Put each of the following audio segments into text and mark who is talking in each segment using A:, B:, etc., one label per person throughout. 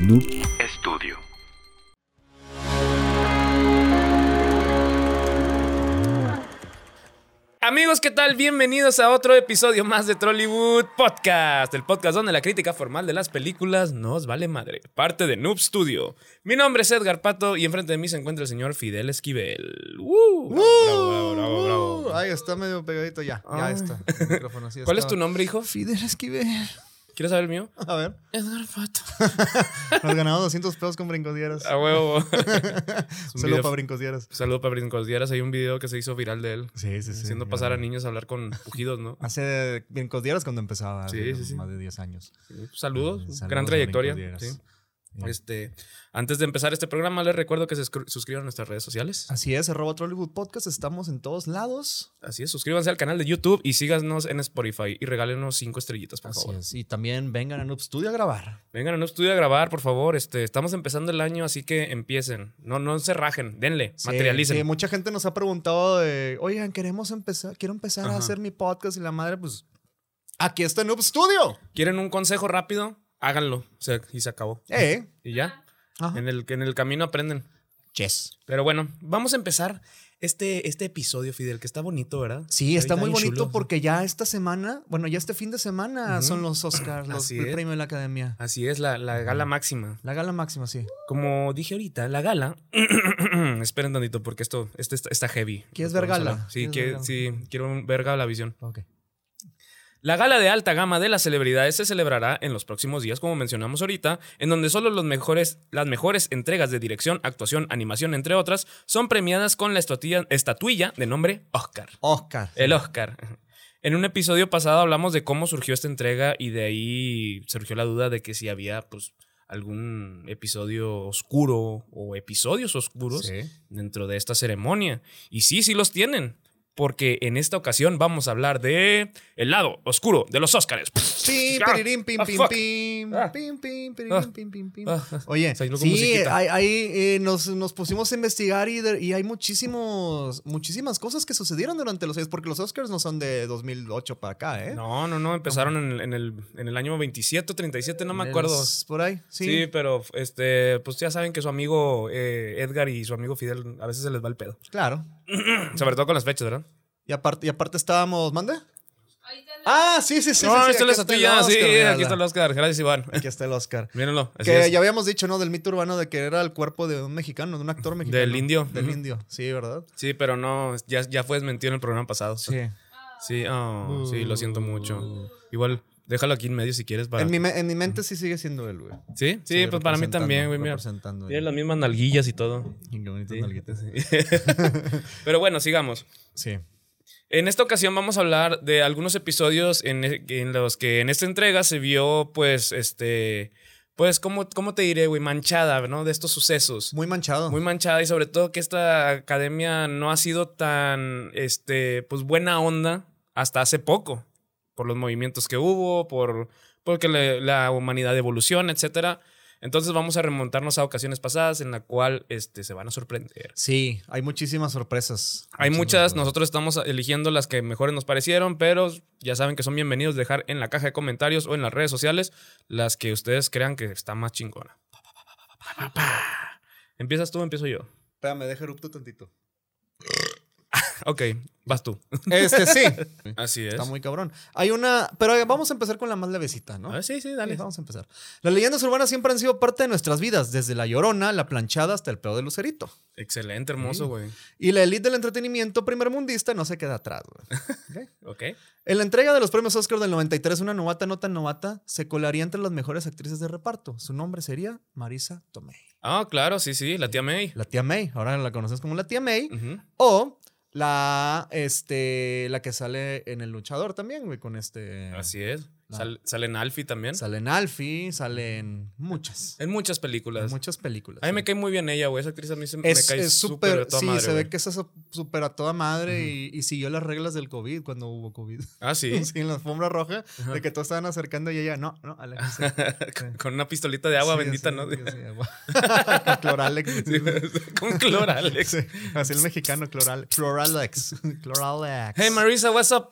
A: Noob
B: Estudio.
C: Amigos, ¿qué tal? Bienvenidos a otro episodio más de Trollywood Podcast, el podcast donde la crítica formal de las películas nos vale madre, parte de Noob Studio. Mi nombre es Edgar Pato y enfrente de mí se encuentra el señor Fidel Esquivel. ¡Uh! Bravo, bravo, bravo, bravo, bravo.
D: uh, Ahí está medio pegadito ya. Ya
C: Ay.
D: está. El micrófono sí
C: ¿Cuál es tu
D: estaba.
C: nombre, hijo?
D: Fidel Esquivel.
C: ¿Quieres saber el mío?
D: A ver,
C: Edgar Pato.
D: nos ganado 200 pesos con brincosieras.
C: A huevo. un
D: Saludo
C: video-
D: para brincosieras.
C: Saludo para Brincos Dieras. Hay un video que se hizo viral de él,
D: Sí, sí, sí.
C: haciendo
D: ya.
C: pasar a niños a hablar con pujidos, ¿no?
D: Hace brincosieras cuando empezaba.
C: Sí,
D: hace
C: sí, sí.
D: Más de 10 años.
C: Saludos,
D: Eh, saludos
C: gran
D: a
C: trayectoria.
D: Brincos Dieras.
C: sí. Este, antes de empezar este programa, les recuerdo que se escru- suscriban a nuestras redes sociales.
D: Así es, arroba Trollywood Podcast. Estamos en todos lados.
C: Así es, suscríbanse al canal de YouTube y síganos en Spotify y regálenos cinco estrellitas, por
D: Así
C: favor.
D: es. Y también vengan a Noob Studio a grabar.
C: Vengan a un estudio a grabar, por favor. Este, estamos empezando el año, así que empiecen. No, no se rajen, denle,
D: Sí,
C: materialicen.
D: sí, mucha gente nos ha preguntado de, oigan, queremos empezar, quiero empezar
C: Ajá.
D: a hacer mi podcast y la madre, pues, aquí está Noob Studio.
C: ¿Quieren un consejo rápido? Háganlo. O sea, y se acabó.
D: Eh,
C: Y ya.
D: ajá.
C: En el, en el camino aprenden.
D: Yes.
C: Pero bueno, vamos a empezar este, este episodio, Fidel, que está bonito, ¿verdad?
D: Sí, está muy
C: bien
D: bonito
C: chulo.
D: porque ya esta semana, bueno, ya este fin de semana
C: Ujú.
D: son los Oscars, los,
C: Así
D: el
C: es.
D: premio de la academia.
C: Así es, la, la gala máxima.
D: La gala máxima, sí.
C: Como dije ahorita, la gala. Esperen tantito porque esto, este está, está heavy.
D: ¿Quieres ver
C: Vamos a
D: gala?
C: hablar. Sí,
D: ¿Quieres
C: que-
D: ver gala?
C: sí, quiero ver gala visión.
D: Ok.
C: La gala de alta gama de las celebridades se celebrará en los próximos días, como mencionamos ahorita, en donde solo los mejores, las mejores entregas de dirección, actuación, animación, entre otras, son premiadas con la estatuilla, estatuilla de nombre Oscar.
D: Oscar.
C: El Oscar. En un episodio pasado hablamos de cómo surgió esta entrega y de ahí surgió la duda de que si había pues algún episodio oscuro o episodios oscuros
D: Sí.
C: dentro de esta ceremonia. Y sí, sí los tienen. Porque en esta ocasión vamos a hablar de el lado oscuro de los Óscares.
D: Sí,
C: Ah,
D: piririm, pim,
C: ah,
D: pim,
C: fuck.
D: pim,
C: Ah.
D: pim, pim,
C: Ah.
D: piririm, pim, pim, pim.
C: Ah,
D: Oye,
C: salió con
D: sí,
C: musiquita.
D: ahí, ahí, eh, nos, nos pusimos a investigar y, de- y hay muchísimos, muchísimas cosas que sucedieron durante los años, porque los Oscars no son de 2008 para acá, ¿eh?
C: No, no, no, empezaron en el, en el, en el año 27 37, no me acuerdo.
D: Es Por ahí, sí.
C: Sí. pero este, pues ya saben que su amigo eh, Edgar y su amigo Fidel a veces se les va el pedo.
D: Claro.
C: Sobre todo con las fechas, ¿verdad?
D: Y aparte, y aparte estábamos, ¿manda? Ah, sí, sí, sí.
C: no,
D: sí,
C: esta es la
D: sí, aquí está el
C: estatuilla, sí,
D: Oscar, mírala.
C: aquí está el Oscar. Gracias, Iván.
D: Aquí está el Oscar.
C: Mírenlo. así
D: que
C: es.
D: ya habíamos dicho, ¿no? Del mito urbano de que era el cuerpo de un mexicano, de un actor mexicano.
C: Del indio.
D: Del
C: Ujú.
D: indio, sí, ¿verdad?
C: Sí, pero no, ya, ya fue desmentido en el programa pasado. Sí, oh, sí, lo siento mucho. Igual, déjalo aquí en medio si quieres para...
D: Mm. En mi, me- en mi mente sí sigue siendo él, güey.
C: Sí, sí,
D: Sigue
C: pues para mí
D: representando-
C: también, güey, mira.
D: representando
C: Tiene
D: el-
C: las mismas nalguillas y todo.
D: Y qué bonitas
C: Sí.
D: nalguitas.
C: Pero bueno, sigamos.
D: Sí.
C: En esta ocasión vamos a hablar de algunos episodios en, e-, en los que en esta entrega se vio, pues, este, pues, ¿cómo, cómo te diré, güey? Manchada, ¿no? De estos sucesos.
D: Muy manchado.
C: Muy manchada y sobre todo que esta academia no ha sido tan, este, pues buena onda hasta hace poco, por los movimientos que hubo, por porque le- la humanidad evoluciona, etcétera. Entonces vamos a remontarnos a ocasiones pasadas en la cual, este, se van a sorprender.
D: Sí, hay muchísimas sorpresas.
C: Hay muchas,
D: sorpresas.
C: nosotros estamos eligiendo las que mejores nos parecieron, pero ya saben que son bienvenidos dejar en la caja de comentarios o en las redes sociales las que ustedes crean que está más chingona. Pa, pa, pa, pa, pa, pa, pa, pa. ¿Empiezas tú o empiezo yo?
D: Espérame, deja erupto tantito.
C: Ok, vas tú.
D: Este sí.
C: Así es.
D: está muy cabrón. Hay una. Pero vamos a empezar con la más levecita, ¿no?
C: Ah, sí, sí,
D: Dale,
C: dale.
D: vamos a empezar. Las leyendas urbanas siempre han sido parte de nuestras vidas, desde la llorona, la planchada hasta el pedo de lucerito.
C: Excelente, hermoso,
D: Sí.
C: güey.
D: Y la élite del entretenimiento primermundista no se queda atrás. güey. Ok.
C: Ok.
D: En la entrega de los premios Oscar del 93, una novata no tan novata se colaría entre las mejores actrices de reparto. Su nombre sería Marisa Tomei.
C: Ah, claro, sí, sí, la tía May.
D: La tía May, ahora la conoces como la tía May.
C: Ujú.
D: O la, este, la que sale en El Luchador también, güey, con este...
C: Así es.
D: La-
C: Sal- sale en Alfie también.
D: Sale en Alfie, sale en muchas.
C: En muchas
D: En
C: películas.
D: muchas películas.
C: A mí
D: Sí.
C: me cae muy bien ella, güey. Esa actriz a mí se me
D: Es
C: cae
D: es
C: súper de
D: súper,
C: toda
D: sí,
C: madre,
D: se ve
C: güey.
D: que se so- súper a toda madre y, y siguió las reglas del COVID cuando hubo COVID.
C: Ah, sí.
D: Sí, en la alfombra roja,
C: Ajá.
D: de que todos estaban acercando y ella, no, no, aléjense.
C: Con- Con una pistolita de agua
D: Sí,
C: bendita,
D: así,
C: ¿no?
D: sí, así, agua. Con Cloralex.
C: Sí, Con cloralex.
D: Sí, así el mexicano, cloral, Cloralex. Cloralex.
C: Hey, Marisa, what's up?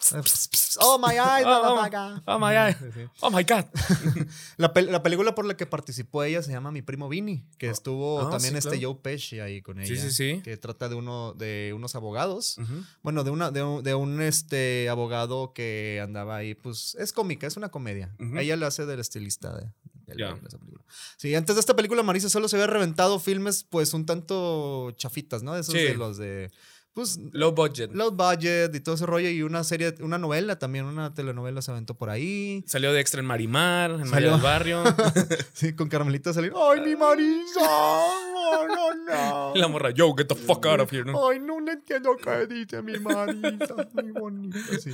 D: Oh, my eyes,
C: Oh,
D: motherfucker.
C: oh my ay, oh my God.
D: La, pel- la película por la que participó ella se llama Mi primo Vini, que estuvo
C: ah,
D: también
C: sí,
D: este
C: claro.
D: Joe Pesci ahí con ella.
C: Sí, sí, sí.
D: Que trata de uno de unos abogados.
C: Ujú.
D: Bueno, de una de un, de un, este abogado que andaba ahí, pues es cómica, es una comedia.
C: Ujú.
D: Ella lo hace del estilista de, de la-
C: Ya.
D: de esa película. Sí, antes de esta película Marisa solo se había reventado filmes pues un tanto chafitas, ¿no? Esos
C: Sí.
D: de los de pues
C: Low budget.
D: low budget y todo ese rollo y una serie, una novela también, una telenovela se aventó por ahí.
C: Salió de extra en Marimar, en María
D: Salió.
C: del Barrio.
D: Sí, con Carmelita salir. ¡Ay, mi Marisa! ¡No, no, no!
C: la morra, yo, get the fuck out of here. ¿no?
D: Ay, no le entiendo qué dice mi Marisa. Muy bonita, sí.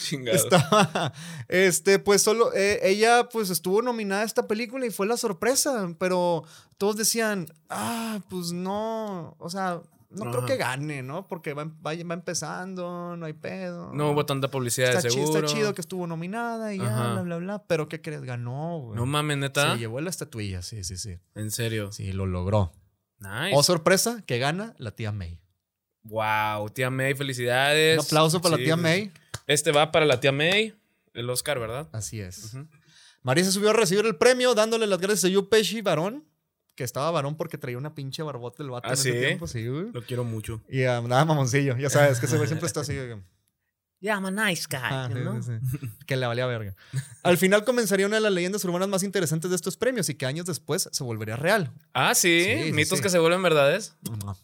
C: Chingado.
D: Estaba, este, pues solo, eh, ella pues estuvo nominada a esta película y fue la sorpresa, pero todos decían, ah, pues no, o sea, no creo
C: Ajá.
D: que gane, ¿no? Porque va, em- va- va empezando, no hay pedo.
C: No hubo tanta publicidad,
D: está,
C: de
D: chi-
C: seguro.
D: está chido que estuvo nominada y ya,
C: Ajá.
D: bla, bla, bla, pero ¿qué crees? Ganó, güey.
C: No mames, neta.
D: Se llevó la estatuilla, sí, sí, sí.
C: en serio.
D: Sí, lo logró.
C: Nice.
D: O sorpresa, que gana la tía May.
C: Wow, tía May, felicidades.
D: Un aplauso para
C: Sí,
D: la tía
C: sí, sí.
D: May.
C: Este va para la tía May, el Oscar, ¿verdad?
D: Así es.
C: Ujú.
D: Marisa subió a recibir el premio dándole las gracias a Joe Pesci, varón. Que estaba varón porque traía una pinche barbota el vato
C: ¿Ah,
D: en ese
C: sí?
D: tiempo, sí, güey.
C: Lo quiero mucho.
D: Y ah, nada, mamoncillo. Ya sabes, que ese güey siempre está así. que-
A: Yeah, I'm a nice guy,
D: Ah,
A: you
D: sí,
A: know?
D: sí, sí. Que le valía verga. Al final comenzaría una de las leyendas urbanas más interesantes de estos premios y que años después se volvería real.
C: Ah, sí,
D: Sí, sí,
C: mitos
D: sí.
C: que se vuelven verdades.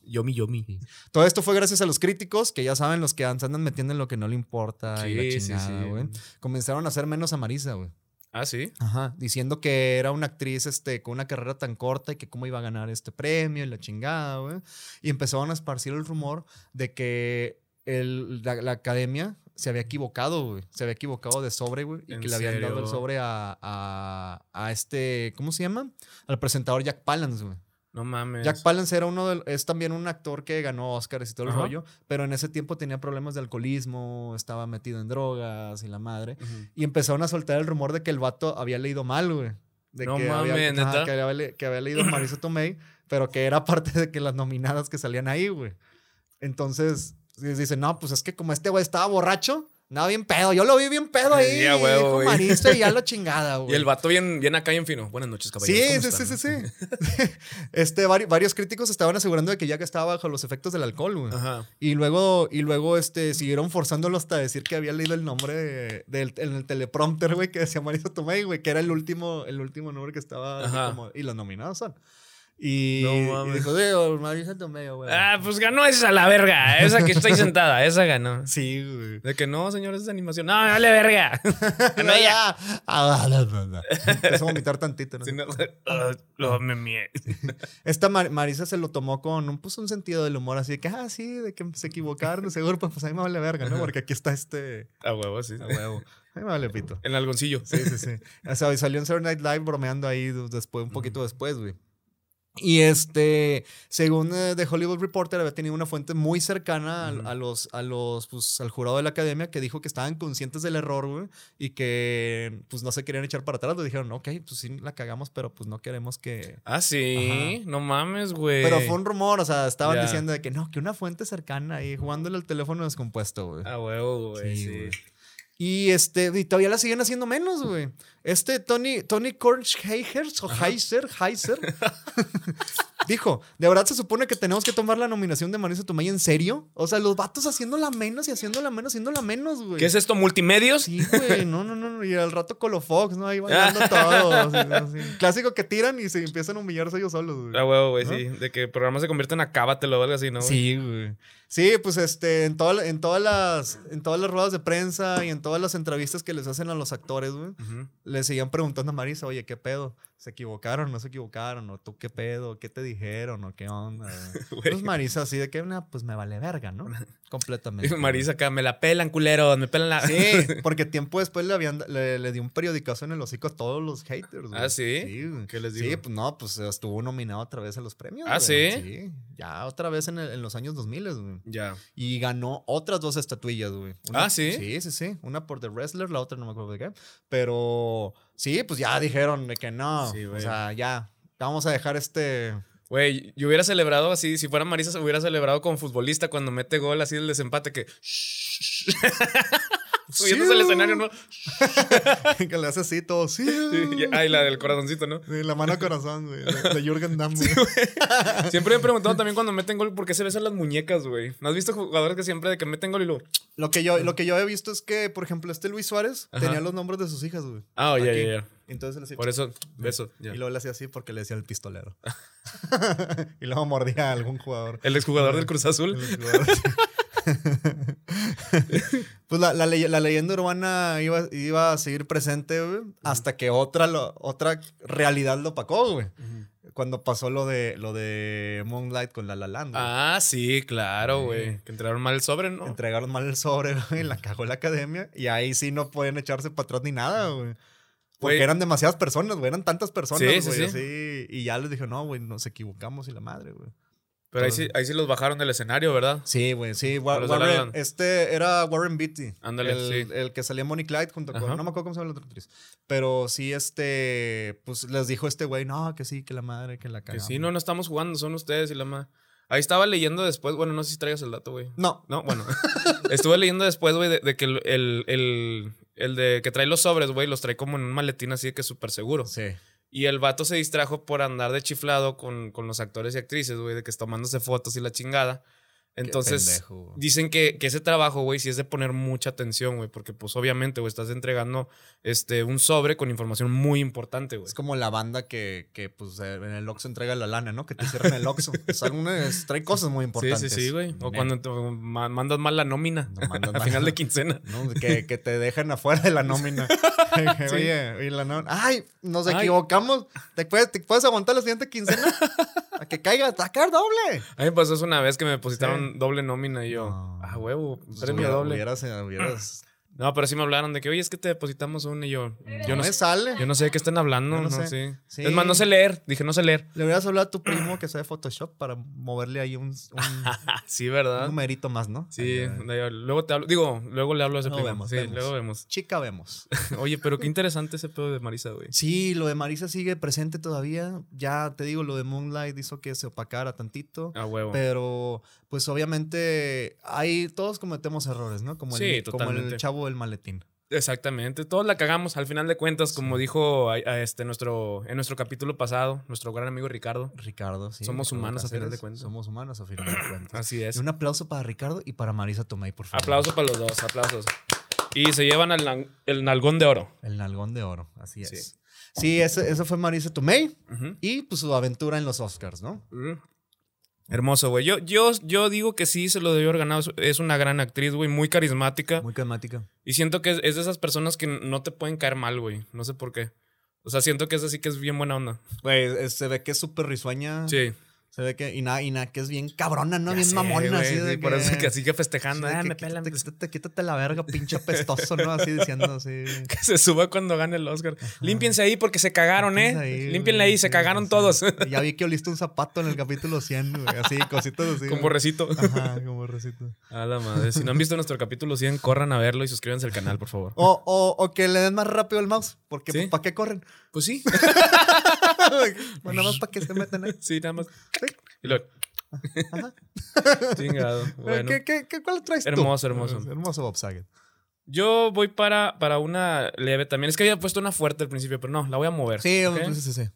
C: Yomi, yomi.
D: Todo esto fue gracias a los críticos, que ya saben, los que andan metiendo en lo que no le importa y la chingada, güey. Comenzaron a hacer menos a Marisa, güey.
C: Ah, sí.
D: Ajá, diciendo que era una actriz este, con una carrera tan corta y que cómo iba a ganar este premio y la chingada, güey. Y empezaron a esparcir el rumor de que el- la, la academia se había equivocado, güey. Se había equivocado de sobre, güey. Y
C: ¿En
D: que le habían dado el
C: serio?
D: sobre a, a, a este, ¿cómo se llama? Al presentador Jack Palance, güey.
C: No mames.
D: Jack Palance era uno de- es también un actor que ganó Oscars y todo el
C: Ajá.
D: rollo, pero en ese tiempo tenía problemas de alcoholismo, estaba metido en drogas y la madre.
C: Ujú.
D: Y empezaron a soltar el rumor de que el vato había leído mal, güey. De
C: No
D: que había,
C: mames,
D: ajá,
C: ¿neta?
D: que, había, le- que había leído Marisa Tomei, pero que era parte de que las nominadas que salían ahí, güey. Entonces, les dicen, no, pues es que como este güey estaba borracho, andaba bien pedo. Yo lo vi bien pedo ahí.
C: Sí, a huevo,
D: dijo
C: güey.
D: Marisa y ya lo chingada, güey.
C: Y el vato bien, bien acá, bien fino. Buenas noches, caballero.
D: Sí,
C: ¿Cómo
D: sí, sí,
C: están?
D: sí, sí. este, vari- varios críticos estaban asegurando de que Jack estaba bajo los efectos del alcohol, güey.
C: Ajá.
D: Y luego, y luego este, siguieron forzándolo hasta decir que había leído el nombre de- del- en el teleprompter, güey, que decía Marisa Tomei, güey, que era el último, el último nombre que estaba así
C: Ajá.
D: como- y los nominados son. Y,
C: No
D: y
C: mames.
D: dijo, "Sí, oh, Marisa Tomei, güey.
C: Ah, pues ganó esa a la verga. Esa que está ahí sentada, esa ganó.
D: Sí, güey.
C: De que no, señores, es animación. No, dale verga. Ganó ella.
D: Ah, ah, ah, ah, ah. Empezó a vomitar tantito, ¿no?
C: Si no, ah, lo me mie-
D: Esta Mar- Marisa se lo tomó con un, pues, un sentido del humor así de que, ah, sí, de que se equivocaron, de seguro, pues, pues a mí me vale verga, ¿no? Porque aquí está este
C: A huevo, sí. sí.
D: a huevo. A mí me vale pito.
C: El algoncillo.
D: Sí, sí, sí. O sea, y salió en Saturday Night Live bromeando ahí du- después, un poquito después, güey. Y este, según eh, The Hollywood Reporter, había tenido una fuente muy cercana al-
C: Ujú.
D: a, los, a los, pues, al jurado de la academia que dijo que estaban conscientes del error, güey, y que, pues, no se querían echar para atrás. Le dijeron, ok, pues sí, la cagamos, pero pues no queremos que...
C: Ah, sí.
D: Ajá.
C: No mames, güey.
D: Pero fue un rumor, o sea, estaban
C: Ya.
D: diciendo de que no, que una fuente cercana ahí jugándole al teléfono descompuesto, güey.
C: A huevo, güey.
D: Sí,
C: Sí.
D: güey. Y este, y todavía la siguen haciendo menos, güey. Este Tony, Tony Kornheiser, o Heiser, Heiser, dijo, ¿de verdad se supone que tenemos que tomar la nominación de Marisa Tomei en serio? O sea, los vatos haciéndola menos y haciéndola menos, haciéndola menos, güey.
C: ¿Qué es esto? ¿Multimedios?
D: Sí, güey, no, no, no, no, y al rato Colo Fox, ¿no? Ahí bailando todos. así, así. Clásico que tiran y se empiezan a humillarse ellos solos, güey.
C: A huevo, güey,
D: ¿No?
C: sí. De que el programa se convierte en acábatelo o algo así, ¿no? güey?
D: Sí, güey. Sí, pues este, en, toda- en, todas las, en todas las ruedas de prensa y en todas las entrevistas que les hacen a los actores, güey,
C: Ujú.
D: le seguían preguntando a Marisa, oye, ¿qué pedo? ¿Se equivocaron? ¿No se equivocaron? ¿O tú qué pedo? ¿Qué te dijeron? ¿O qué onda? güey?
C: Güey.
D: Pues Marisa así de que, "Nah, pues me vale verga, ¿no? Completamente.
C: Marisa acá, me la pelan, culeros, me pelan la.
D: Sí, porque tiempo después le, habían, le, le dio un periodicazo en el hocico a todos los haters. güey.
C: ¿Ah, sí?
D: güey.
C: ¿Qué les
D: Sí,
C: dijo?
D: pues no, pues estuvo nominado otra vez a los premios.
C: ¿Ah,
D: güey.
C: sí?
D: Sí, ya otra vez en, el- en los años 2000, güey.
C: Ya.
D: Y ganó otras dos estatuillas, güey. Una-
C: Ah, ¿sí?
D: Sí, sí, sí. Una por The Wrestler, la otra no me acuerdo de qué. Pero sí, pues ya dijeron de que no.
C: Sí,
D: o
C: güey.
D: sea, ya. Vamos a dejar este.
C: Güey, yo hubiera celebrado así, si fuera Marisa, hubiera celebrado como futbolista cuando mete gol así el desempate que. Subiéndose al escenario, ¿no?
D: que le hace así todo. Sí.
C: Sí, y- ah, y la del corazoncito, ¿no?
D: Sí, la mano a corazón, güey. De, de Jürgen Damm, güey.
C: Siempre me he preguntado también cuando meten gol por qué se besan las muñecas, güey. ¿No has visto jugadores que siempre de que meten gol y luego...
D: Lo que, yo, lo que yo he visto es que, por ejemplo, este Luis Suárez
C: Ajá.
D: tenía los nombres de sus hijas, güey.
C: Ah, ya,
D: Aquí.
C: ya, ya.
D: Entonces él hacía-
C: Por eso, beso. ya.
D: Y luego le hacía así porque le decía el pistolero. y luego mordía a algún jugador.
C: El exjugador del Cruz Azul.
D: El jugador. pues la, la ley- la leyenda urbana iba, iba a seguir presente, güey, hasta que otra, lo- otra realidad lo pacó, güey. Cuando pasó lo de, lo de Moonlight con La La Land, güey.
C: Ah, sí, claro, güey. Que entraron mal el sobre, ¿no?
D: Entregaron mal el sobre, güey, la cagó la academia. Y ahí sí no pueden echarse para atrás ni nada, güey. Porque
C: Güey.
D: eran demasiadas personas, güey. Eran tantas personas,
C: Sí,
D: güey.
C: sí, sí.
D: así. Y ya les dije, no, güey, nos equivocamos y la madre, güey.
C: Pero ahí sí, ahí sí los bajaron del escenario, ¿verdad?
D: Sí, güey, sí. Wa-
C: Para los de la
D: Warren,
C: Land.
D: este era Warren Beatty.
C: Ándale,
D: el,
C: sí.
D: el que salía en Bonnie y Clyde junto con.
C: Ajá.
D: No me acuerdo cómo se llama la otra actriz. Pero sí, este. Pues les dijo este güey, no, que sí, que la madre, que la
C: Que
D: cagamos.
C: sí, no, no estamos jugando, son ustedes y la madre. Ahí estaba leyendo después, bueno, no sé si traigas el dato, güey.
D: No.
C: No, bueno. Estuve leyendo después, güey, de, de que el, el, el- el de que trae los sobres, güey, los trae como en un maletín así de que súper seguro.
D: Sí.
C: Y el vato se distrajo por andar de chiflado con, con los actores y actrices, güey, de que está tomándose fotos y la chingada.
D: Qué
C: Entonces,
D: pendejo, güey.
C: dicen que, que ese trabajo, güey, sí es de poner mucha atención, güey, porque pues obviamente, güey, estás entregando este, un sobre con información muy importante, güey.
D: Es como la banda que, que pues, eh, en el Oxxo entrega la lana, ¿no? Que te cierran el Oxxo. Pues, algunas trae cosas muy
C: Sí,
D: importantes.
C: sí, sí, güey. O
D: Neta.
C: cuando te- ma- mandas mal la nómina
D: No mandas
C: a
D: mal.
C: final de quincena.
D: No, que, que te dejan afuera de la nómina. Que,
C: Sí.
D: Oye, oye, la nómina. Ay, nos
C: Ay.
D: equivocamos. ¿Te puedes, te puedes aguantar la siguiente quincena? A que caiga, a caer doble.
C: A mí me pasó eso una vez que me depositaron doble nómina y yo,
D: No.
C: ah, huevo, premio
D: Pues, Hubiera-
C: doble.
D: hubieras- eh, hubieras-
C: No, pero sí me hablaron de que, oye, es que te depositamos una y yo, yo
D: no
C: no
D: me
C: sé.
D: sale.
C: Yo no sé de qué están hablando,
D: Yo
C: no,
D: no sé.
C: Sí.
D: Sí.
C: Es más, no sé leer. Dije, no sé leer.
D: Le hubieras hablado a tu primo que sabe Photoshop para moverle ahí un, un-
C: sí,
D: un
C: ¿verdad?
D: numerito más, ¿no?
C: sí,
D: Ahí, ahí.
C: de- luego te hablo. Digo, luego le hablo a ese
D: Luego
C: primo.
D: vemos,
C: sí,
D: vemos.
C: luego vemos.
D: Chica, vemos.
C: Oye, pero qué interesante ese pedo de Marisa, güey.
D: Sí, lo de Marisa sigue presente todavía. Ya te digo, lo de Moonlight hizo que se opacara tantito.
C: A huevo.
D: Pero, pues obviamente, ahí todos cometemos errores, ¿no? Como el,
C: Sí,
D: como el
C: totalmente.
D: chavo del maletín.
C: Exactamente. Todos la cagamos al final de cuentas, como dijo a- a este, nuestro, en nuestro capítulo pasado, nuestro gran amigo Ricardo.
D: Ricardo, sí.
C: Somos
D: Ricardo
C: humanos a final
D: Cáceres,
C: de cuentas.
D: Somos humanos a final de cuentas.
C: Así
D: Y
C: es.
D: un aplauso para Ricardo y para Marisa Tomei, por favor.
C: Aplauso para los dos, aplausos. Y se llevan al nan- el nalgón de oro.
D: El nalgón de oro, así es.
C: Sí.
D: Sí, ese- esa fue Marisa Tomei
C: Ujú.
D: y pues su aventura en los Oscars, ¿no?
C: Mm. Hermoso, güey. Yo, yo, yo digo que sí, se lo debió haber ganado. Es- Es una gran actriz, güey, muy carismática.
D: Muy carismática.
C: Y siento que es, es de esas personas que no te pueden caer mal, güey. No sé por qué. O sea, siento que es así que es bien buena onda.
D: Güey, eh, se ve que es súper risueña.
C: Sí.
D: Se ve que, y nada, y nada, que es bien cabrona, ¿no?
C: Ya
D: bien
C: sé,
D: mamona,
C: güey,
D: así
C: sí,
D: de
C: Por eso que sigue
D: así
C: festejando.
D: de
C: Ah,
D: que
C: me pelan.
D: Quítate, quítate- quítate la verga, pinche apestoso, ¿no? Así diciendo así.
C: Que se suba cuando gane el Oscar. Límpiense ahí porque se cagaron, ¿eh?
D: Límpiense ahí,
C: Límpienle
D: güey,
C: ahí, se
D: sí,
C: cagaron
D: sí.
C: todos. ¿eh?
D: Ya vi que oliste un zapato en el capítulo 100, güey. Así, cositas así.
C: Con
D: güey.
C: borrecito.
D: Ajá, con borrecito.
C: A la madre. Si no han visto nuestro capítulo 100, corran a verlo y suscríbanse al canal, por favor.
D: O, o, o que le den más rápido el mouse, porque
C: Sí.
D: pues, ¿para qué corren?
C: Pues sí.
D: bueno, nada más para que se metan ahí.
C: Sí, nada más. Y luego.
D: Ajá.
C: Chingado. Bueno.
D: ¿Qué, qué, qué, ¿Cuál traes tú?
C: Hermoso, hermoso.
D: Hermoso Bob Saget.
C: Yo voy para, para una leve también. Es que había puesto una fuerte al principio, pero no, la voy a mover.
D: Sí, pues,
C: ¿ok?
D: sí, sí, sí.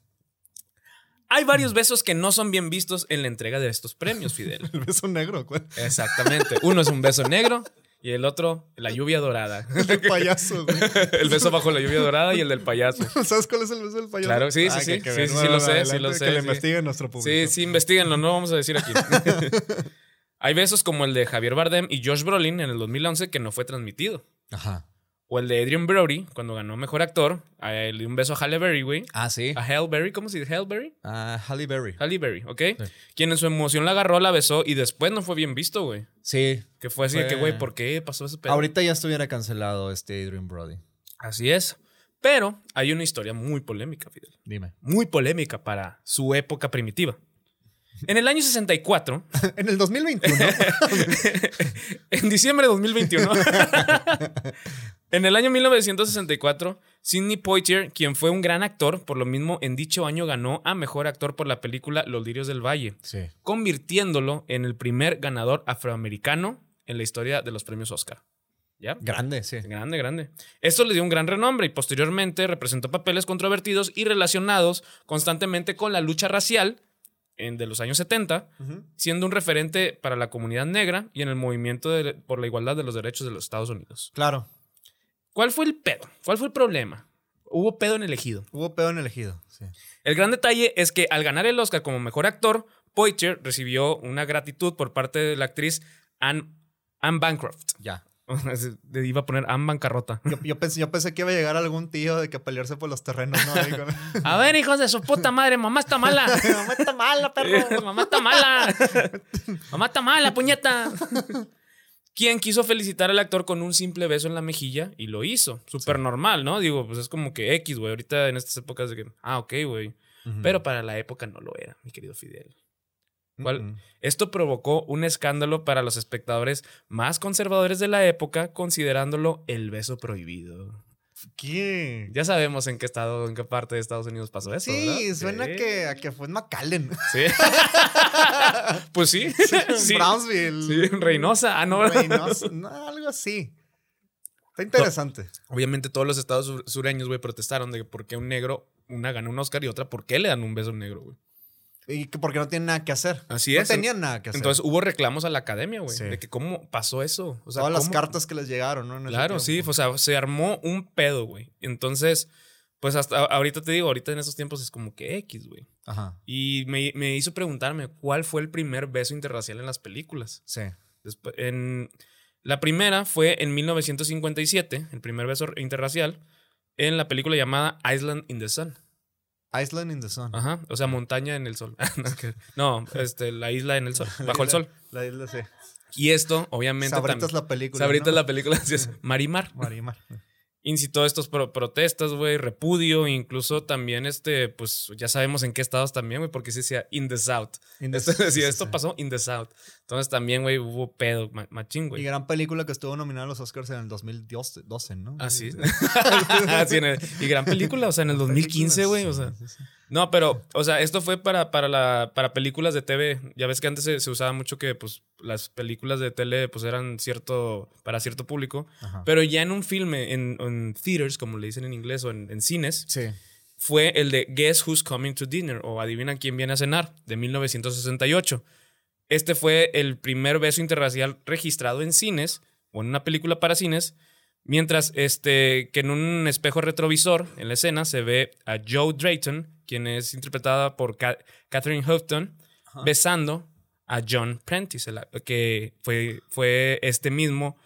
C: Hay varios besos que no son bien vistos en la entrega de estos premios, Fidel.
D: El beso negro, ¿cuál?
C: Exactamente. Uno es un beso negro y el otro, la lluvia dorada.
D: El del payaso, güey.
C: El beso bajo la lluvia dorada y el del payaso.
D: ¿Sabes cuál es el beso del payaso?
C: Claro, sí, sí,
D: Ah, que-
C: sí.
D: que
C: Sí,
D: ven,
C: sí,
D: bueno,
C: lo sé, sí,
D: adelante,
C: lo sé,
D: Que lo
C: sí.
D: investiguen nuestro público.
C: Sí, sí, investiguenlo, no vamos a decir aquí. Hay besos como el de Javier Bardem y Josh Brolin en el 2011 que no fue transmitido.
D: Ajá.
C: O el de Adrian Brody cuando ganó Mejor Actor. A él, Un beso a Halle Berry, güey.
D: Ah, sí.
C: A Halle Berry, ¿cómo se dice? Halle Berry.
D: Ah, Halle Berry.
C: Halle Berry, ¿ok? Quien en su emoción la agarró, la besó y después no fue bien visto, güey.
D: Sí.
C: Que fue así de que,
D: Fue-
C: güey, ¿por qué pasó ese pedo?
D: Ahorita ya estuviera cancelado este Adrian Brody.
C: Así es. Pero hay una historia muy polémica, Fidel.
D: Dime.
C: Muy polémica para su época primitiva. En el año 64,
D: En el 2021.
C: en diciembre de 2021, en el año 1964, Sidney Poitier, quien fue un gran actor, por lo mismo en dicho año ganó a mejor actor por la película Los Lirios del Valle.
D: sí.
C: convirtiéndolo en el primer ganador afroamericano en la historia de los premios Oscar. ¿Ya?
D: Grande, sí.
C: Grande, grande. Esto le dio un gran renombre y posteriormente representó papeles controvertidos y relacionados constantemente con la lucha racial en, de los años 70,
D: Ujú.
C: siendo un referente para la comunidad negra y en el movimiento de- por la igualdad de los derechos de los Estados Unidos.
D: Claro,
C: ¿Cuál fue el pedo? ¿Cuál fue el problema? Hubo pedo en el ejido.
D: hubo pedo en el ejido. Sí.
C: El gran detalle es que al ganar el Oscar como mejor actor, Poitier recibió una gratitud por parte de la actriz Anne, Anne Bancroft.
D: Ya.
C: Le iba a poner Anne Bancarrota.
D: Yo, yo pensé, yo pensé que iba a llegar algún tío de que a pelearse por los terrenos, ¿no? Ahí con-
C: A ver, hijos de su puta madre, mamá está mala.
D: Mamá está mala,
C: Eh, Mamá está mala. Mamá está mala, puñeta. Quien quiso felicitar al actor con un simple beso en la mejilla y lo hizo. Súper normal, ¿no? Digo, pues es como que X, güey. Ahorita en estas épocas de que, ah, ok, güey.
D: Ujú.
C: Pero para la época no lo era, mi querido Fidel. ¿cuál?
D: Ujú.
C: Esto provocó un escándalo para los espectadores más conservadores de la época, considerándolo el beso prohibido.
D: ¿Qué?
C: Ya sabemos en qué estado, en qué parte de Estados Unidos pasó eso.
D: Sí,
C: ¿verdad?
D: suena
C: Sí.
D: Que, a que fue en McAllen.
C: Sí. pues sí.
D: En
C: sí.
D: Brownsville.
C: Sí, Reynosa. Ah, no.
D: Reynosa, no, algo así. Está interesante.
C: Obviamente todos los estados sur- sureños, güey, protestaron de que por qué un negro, una ganó un Oscar y otra, ¿por qué le dan un beso a un negro, güey?
D: Y que porque no tienen nada que hacer.
C: Así
D: no
C: es.
D: tenían nada que hacer.
C: Entonces hubo reclamos a la academia, güey,
D: Sí.
C: de que cómo pasó eso. O sea,
D: Todas las
C: ¿cómo?
D: cartas que les llegaron, ¿no? En ese
C: Claro, sí,
D: tiempo.
C: o sea, se armó un pedo, güey. Entonces, pues hasta a- ahorita te digo, ahorita en estos tiempos es como que X, güey.
D: Ajá.
C: Y me, me hizo preguntarme cuál fue el primer beso interracial en las películas.
D: Sí.
C: Despu- en- la primera fue en 1957, el primer beso interracial, en la película llamada Island in the Sun.
D: Island in the Sun.
C: Ajá, o sea, montaña en el sol. No, que- no, este, la isla en el sol, bajo el sol.
D: La isla, sí.
C: Y esto, obviamente,
D: Sabritas
C: también-
D: la película.
C: Sabritas
D: ¿no?
C: la película, así es. Marimar.
D: Marimar.
C: Incitó estos pro- protestas, güey, repudio, incluso también, este, pues ya sabemos en qué estados también, güey, porque sí decía in the south.
D: In the
C: Esto,
D: Sun,
C: sí,
D: sí,
C: esto
D: sí.
C: pasó in the south. Entonces también, güey, hubo pedo, ma- machín,
D: Y
C: güey.
D: gran película que estuvo nominada a los Oscars en el 2012, 12, ¿no?
C: Así. Así Ah, en el- y gran película, o sea, Ah, en el 2015, güey. O sea.
D: Sí, sí, sí.
C: No, pero, o sea, esto fue para, para, la, para películas de TV. Ya ves que antes se, se usaba mucho que pues, las películas de tele pues, eran cierto, para cierto público.
D: Ajá.
C: Pero ya en un filme, en, en theaters, como le dicen en inglés, o en, en cines,
D: Sí.
C: fue el de Guess Who's Coming to Dinner, o Adivina quién viene a cenar, de 1968. Este fue el primer beso interracial registrado en cines, o en una película para cines, mientras este, que en un espejo retrovisor, en la escena, se ve a Joe Drayton, quien es interpretada por Ca- Catherine Houghton,
D: Ajá.
C: besando a John Prentice, el a- que fue, fue este mismo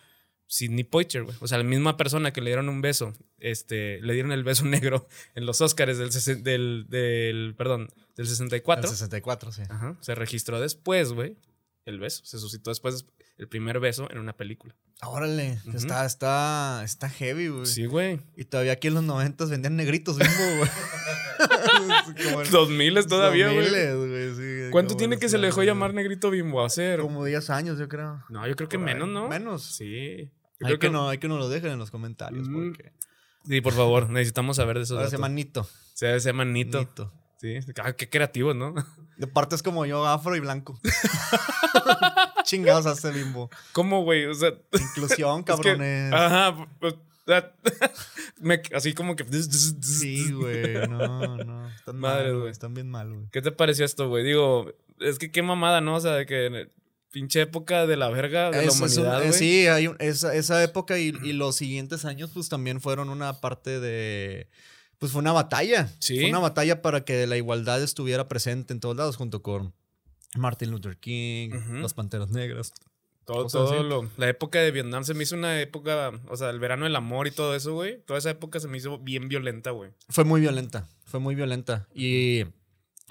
C: Sidney Poitier, güey. O sea, la misma persona que le dieron un beso, este, le dieron el beso negro en los Oscars del, sesen- del, del- perdón, del 64.
D: El 64, sí.
C: Ajá. Se registró después, güey, el beso. Se suscitó después el primer beso en una película.
D: Órale,
C: Ujú.
D: está, está, está heavy, güey.
C: Sí, güey.
D: Y todavía aquí en los 90 vendían negritos bimbo, güey. Como en-
C: 2000 todavía,
D: Los
C: güey.
D: miles, güey. sí,
C: ¿Cuánto
D: como
C: tiene
D: los
C: que se le dejó
D: miles,
C: llamar Negrito Bimbo a hacer?
D: Como 10 años, yo creo.
C: No, yo creo que
D: Por ahí.
C: menos, ¿no?
D: Menos.
C: Sí. Yo
D: Hay
C: creo
D: que, no, hay que nos lo dejen en los comentarios
C: Mm,
D: porque
C: Sí, por favor, necesitamos saber de esos
D: ahora se
C: datos.
D: llama Nito.
C: Se, se llama Nito.
D: Nito.
C: Sí. Ah, qué creativo, ¿no?
D: De parte es como yo, afro y blanco. Chingados hace bimbo.
C: ¿Cómo, güey? O sea,
D: Inclusión,
C: Es que-
D: cabrones.
C: ajá. pues, that- me- así como que.
D: Sí, güey. No, no. Están
C: Madre,
D: mal,
C: güey.
D: güey. Están bien mal, güey.
C: ¿Qué te pareció esto, güey? Digo, es que qué mamada, ¿no? O sea, de que en- pinche época de la verga de la
D: Es- es un-
C: humanidad,
D: eh,
C: güey.
D: sí, hay un- esa, esa época y, y los siguientes años, pues también fueron una parte de. Pues fue una batalla.
C: Sí.
D: Fue una batalla para que la igualdad estuviera presente en todos lados, junto con Martin Luther King,
C: Ujú.
D: las panteras negras.
C: Todo,
D: o sea,
C: todo
D: sí.
C: lo- la época de Vietnam se me hizo una época, o sea, el verano del amor y todo eso, güey. Toda esa época se me hizo bien violenta, güey.
D: Fue muy violenta. Fue muy violenta. Y.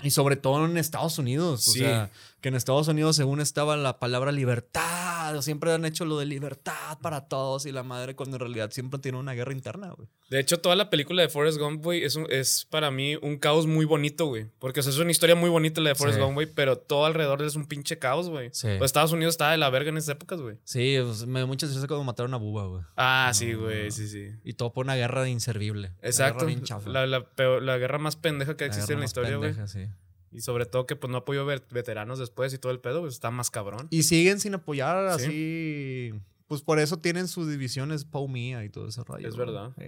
D: Y sobre todo en Estados Unidos.
C: Sí.
D: O sea, que en Estados Unidos, según estaba la palabra libertad, o siempre han hecho lo de libertad para todos y la madre, cuando en realidad siempre tiene una guerra interna, güey.
C: De hecho, toda la película de Forrest Gump, güey, es, un- es para mí un caos muy bonito, güey. Porque o sea, es una historia muy bonita la de Forrest
D: Sí.
C: Gump, güey, pero todo alrededor es un pinche caos, güey.
D: Sí.
C: Pues Estados Unidos estaba de la verga en esas épocas, güey.
D: Sí, pues, me dio mucha tristeza cuando mataron a Buba, güey.
C: Ah,
D: No,
C: sí, güey,
D: no.
C: sí, sí.
D: Y todo por una guerra de inservible. Una
C: Exacto.
D: guerra bien chafa.
C: La, la peor- la guerra más pendeja que
D: La
C: existe
D: guerra
C: en la
D: más
C: historia, güey.
D: pendeja, sí.
C: Y sobre todo que pues no apoyó ver- veteranos después y todo el pedo, pues está más cabrón.
D: Y siguen sin apoyar
C: Sí.
D: así Pues por eso tienen sus divisiones Paumía y todo ese rollo.
C: Es
D: güey.
C: verdad.
D: Sí.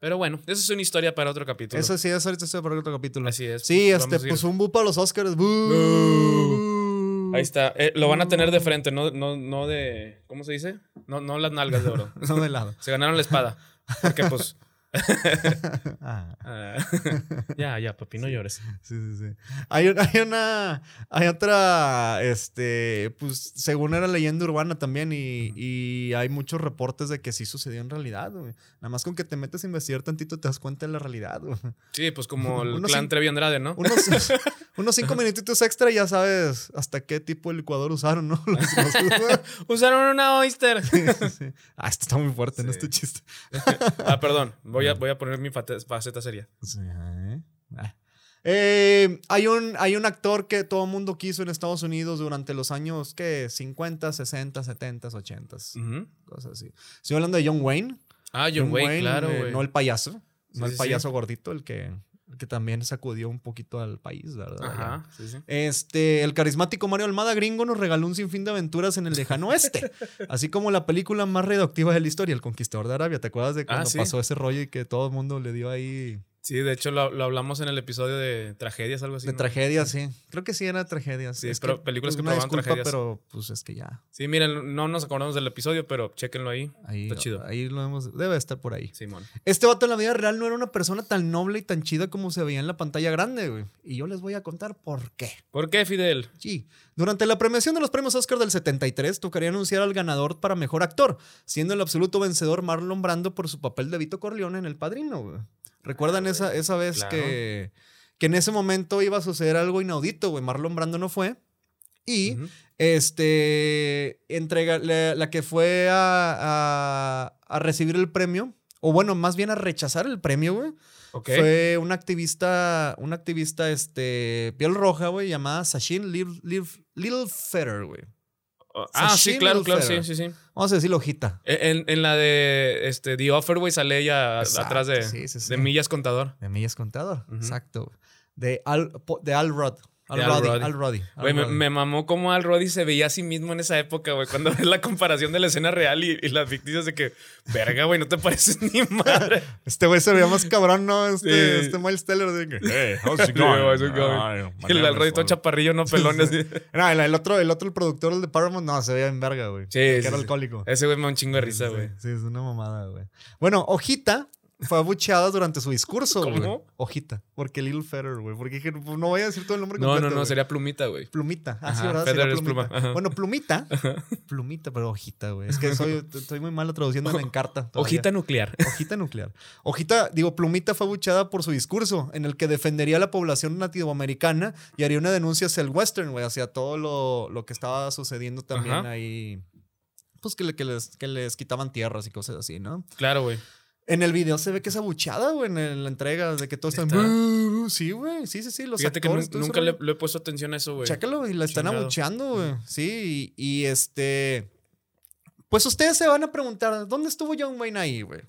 C: Pero bueno, esa es una historia para otro capítulo.
D: Eso sí, eso ahorita estoy para otro capítulo.
C: Así es.
D: Sí,
C: Vamos
D: este,
C: a seguir.
D: pues un bu para los Oscars. Bu.
C: Ahí está. Eh, lo van a tener de frente, no, no, no de. ¿Cómo se dice? No, no las nalgas de oro.
D: Son de lado.
C: Se ganaron la espada. Porque pues.
D: Ah,
C: ah, ya, ya, papi, no llores.
D: sí, sí, sí. Hay, un- hay una. Hay otra. Este. Pues según era leyenda urbana también. Y, y hay muchos reportes de que sí sucedió en realidad, güey. Nada más con que te metes a investigar tantito te das cuenta de la realidad, güey.
C: Sí, pues como el
D: Uno
C: clan
D: sin-
C: Trevi Andrade, ¿no?
D: Unos, unos cinco minutitos extra y ya sabes hasta qué tipo de licuador usaron, ¿no? Los- los-
C: Usaron una oyster.
D: Sí. Ah, esto está muy fuerte, en
C: Sí.
D: Este chiste.
C: Ah, perdón. Voy
D: Mm.
C: a, voy a poner mi fate- faceta seria.
D: Sí, ¿eh? Ah. Eh, hay, un, hay un actor que todo el mundo quiso en Estados Unidos durante los años ¿qué? 50, 60, 70, 80,
C: Ujú.
D: cosas así. Estoy hablando de John Wayne.
C: Mm. Ah, John Wayne, claro,
D: eh,
C: güey.
D: no el payaso,
C: Sí,
D: no
C: sí,
D: el
C: sí.
D: payaso gordito, el que, el que también sacudió un poquito al país, ¿verdad?
C: Ajá, sí, sí.
D: Este, el carismático Mario Almada Gringo nos regaló un sinfín de aventuras en el lejano oeste, así como la película más reductiva de la historia, El Conquistador de Arabia. ¿Te acuerdas de cuando
C: Ah, sí.
D: pasó ese rollo y que todo el mundo le dio ahí
C: Sí, de hecho lo, lo hablamos en el episodio de tragedias, algo así.
D: de
C: ¿no?
D: tragedias, sí. Creo que sí era tragedias. pues,
C: Sí, pero películas que
D: una
C: probaban
D: disculpa,
C: tragedias.
D: Pero pues es que ya.
C: Sí, miren, no nos acordamos del episodio, pero chéquenlo ahí.
D: Ahí,
C: Está chido.
D: ahí lo hemos. Debe estar por ahí.
C: Simón.
D: Este vato en la vida real no era una persona tan noble y tan chida como se veía en la pantalla grande, güey. Y yo les voy a contar por qué.
C: ¿Por qué, Fidel?
D: Sí. Durante la premiación de los premios Oscar del 73, tocaría anunciar al ganador para mejor actor, siendo el absoluto vencedor Marlon Brando por su papel de Vito Corleone en El Padrino. güey. ¿Recuerdan esa, esa vez
C: Ah, claro.
D: que, que en ese momento iba a suceder algo inaudito, güey? Marlon Brando no fue. Y
C: Ujú.
D: este, entrega, la, la que fue a, a- a recibir el premio, o bueno, más bien a rechazar el premio, güey,
C: Ok.
D: fue una activista, una activista, este, piel roja, güey, llamada Sachin Little, güey.
C: ah, sí,
D: Sashimi
C: claro, claro, sí,
D: Lucero.
C: sí, sí.
D: Vamos a decir hojita.
C: En, en la de este, The Offer, güey, sale ella
D: Exacto,
C: atrás de,
D: sí, sí, sí.
C: de Millas Contador.
D: De Millas Contador,
C: Ujú.
D: exacto. güey. De Al, po- de Al Rod. Al
C: De Al
D: Roddy,
C: Roddy.
D: Al Roddy, Al
C: Güey, me,
D: Roddy.
C: me mamó como Al Roddy se veía a sí mismo en esa época, güey, cuando ves la comparación de la escena real y, y las ficticias de que, verga, güey, no te pareces ni madre.
D: Este güey se veía más cabrón, ¿no? Este,
C: Sí.
D: este Miles Teller. de que, "Hey, how's
C: Sí,
D: it going?"
C: how's it going?
D: "Ay, my
C: Y el
D: name
C: Al Roddy
D: is
C: todo
D: Al-"
C: chaparrillo, no pelones.
D: Sí, No, el, el otro, el otro, el productor, el de Paramount, no, se veía en verga, güey.
C: Sí,
D: Que
C: sí,
D: era
C: sí.
D: alcohólico.
C: Ese güey me da un chingo de
D: Sí,
C: risa,
D: sí,
C: güey.
D: Sí, es una mamada, güey. Bueno, Hojita fue abucheada durante su discurso,
C: ¿Cómo?
D: güey. Hojita. Porque Little Feather, güey. Porque dije, pues, no voy a decir todo el nombre
C: No,
D: completo.
C: no, no,
D: güey.
C: sería plumita, güey.
D: Plumita. Ah, sí,
C: Ajá,
D: ¿verdad? Sería
C: Feather es
D: plumita.
C: pluma, ajá.
D: Bueno, plumita. Plumita, pero hojita, güey. Es que soy, estoy muy malo traduciéndome en carta. todavía.
C: Hojita nuclear.
D: Hojita nuclear. Hojita, digo, Plumita fue abuchada por su discurso en el que defendería a la población latinoamericana y haría una denuncia hacia el western, güey, hacia todo lo, lo que estaba sucediendo también
C: Ajá.
D: ahí. Pues que, le- que les, que les quitaban tierras y cosas así, ¿no?
C: Claro, güey.
D: En el video se ve que es abuchada, güey, en, el- la entrega, de que todos están.
C: Está.
D: "Bú, bú". Sí, güey, sí, sí, sí, los
C: Fíjate que
D: actores,
C: nun-
D: todo ese
C: nunca
D: rollo.
C: le, le he puesto atención a eso, güey.
D: Chécalo, y la están
C: Chingado.
D: abucheando, güey. Sí, y, y este. Pues ustedes se van a preguntar, ¿dónde estuvo John Wayne ahí, güey?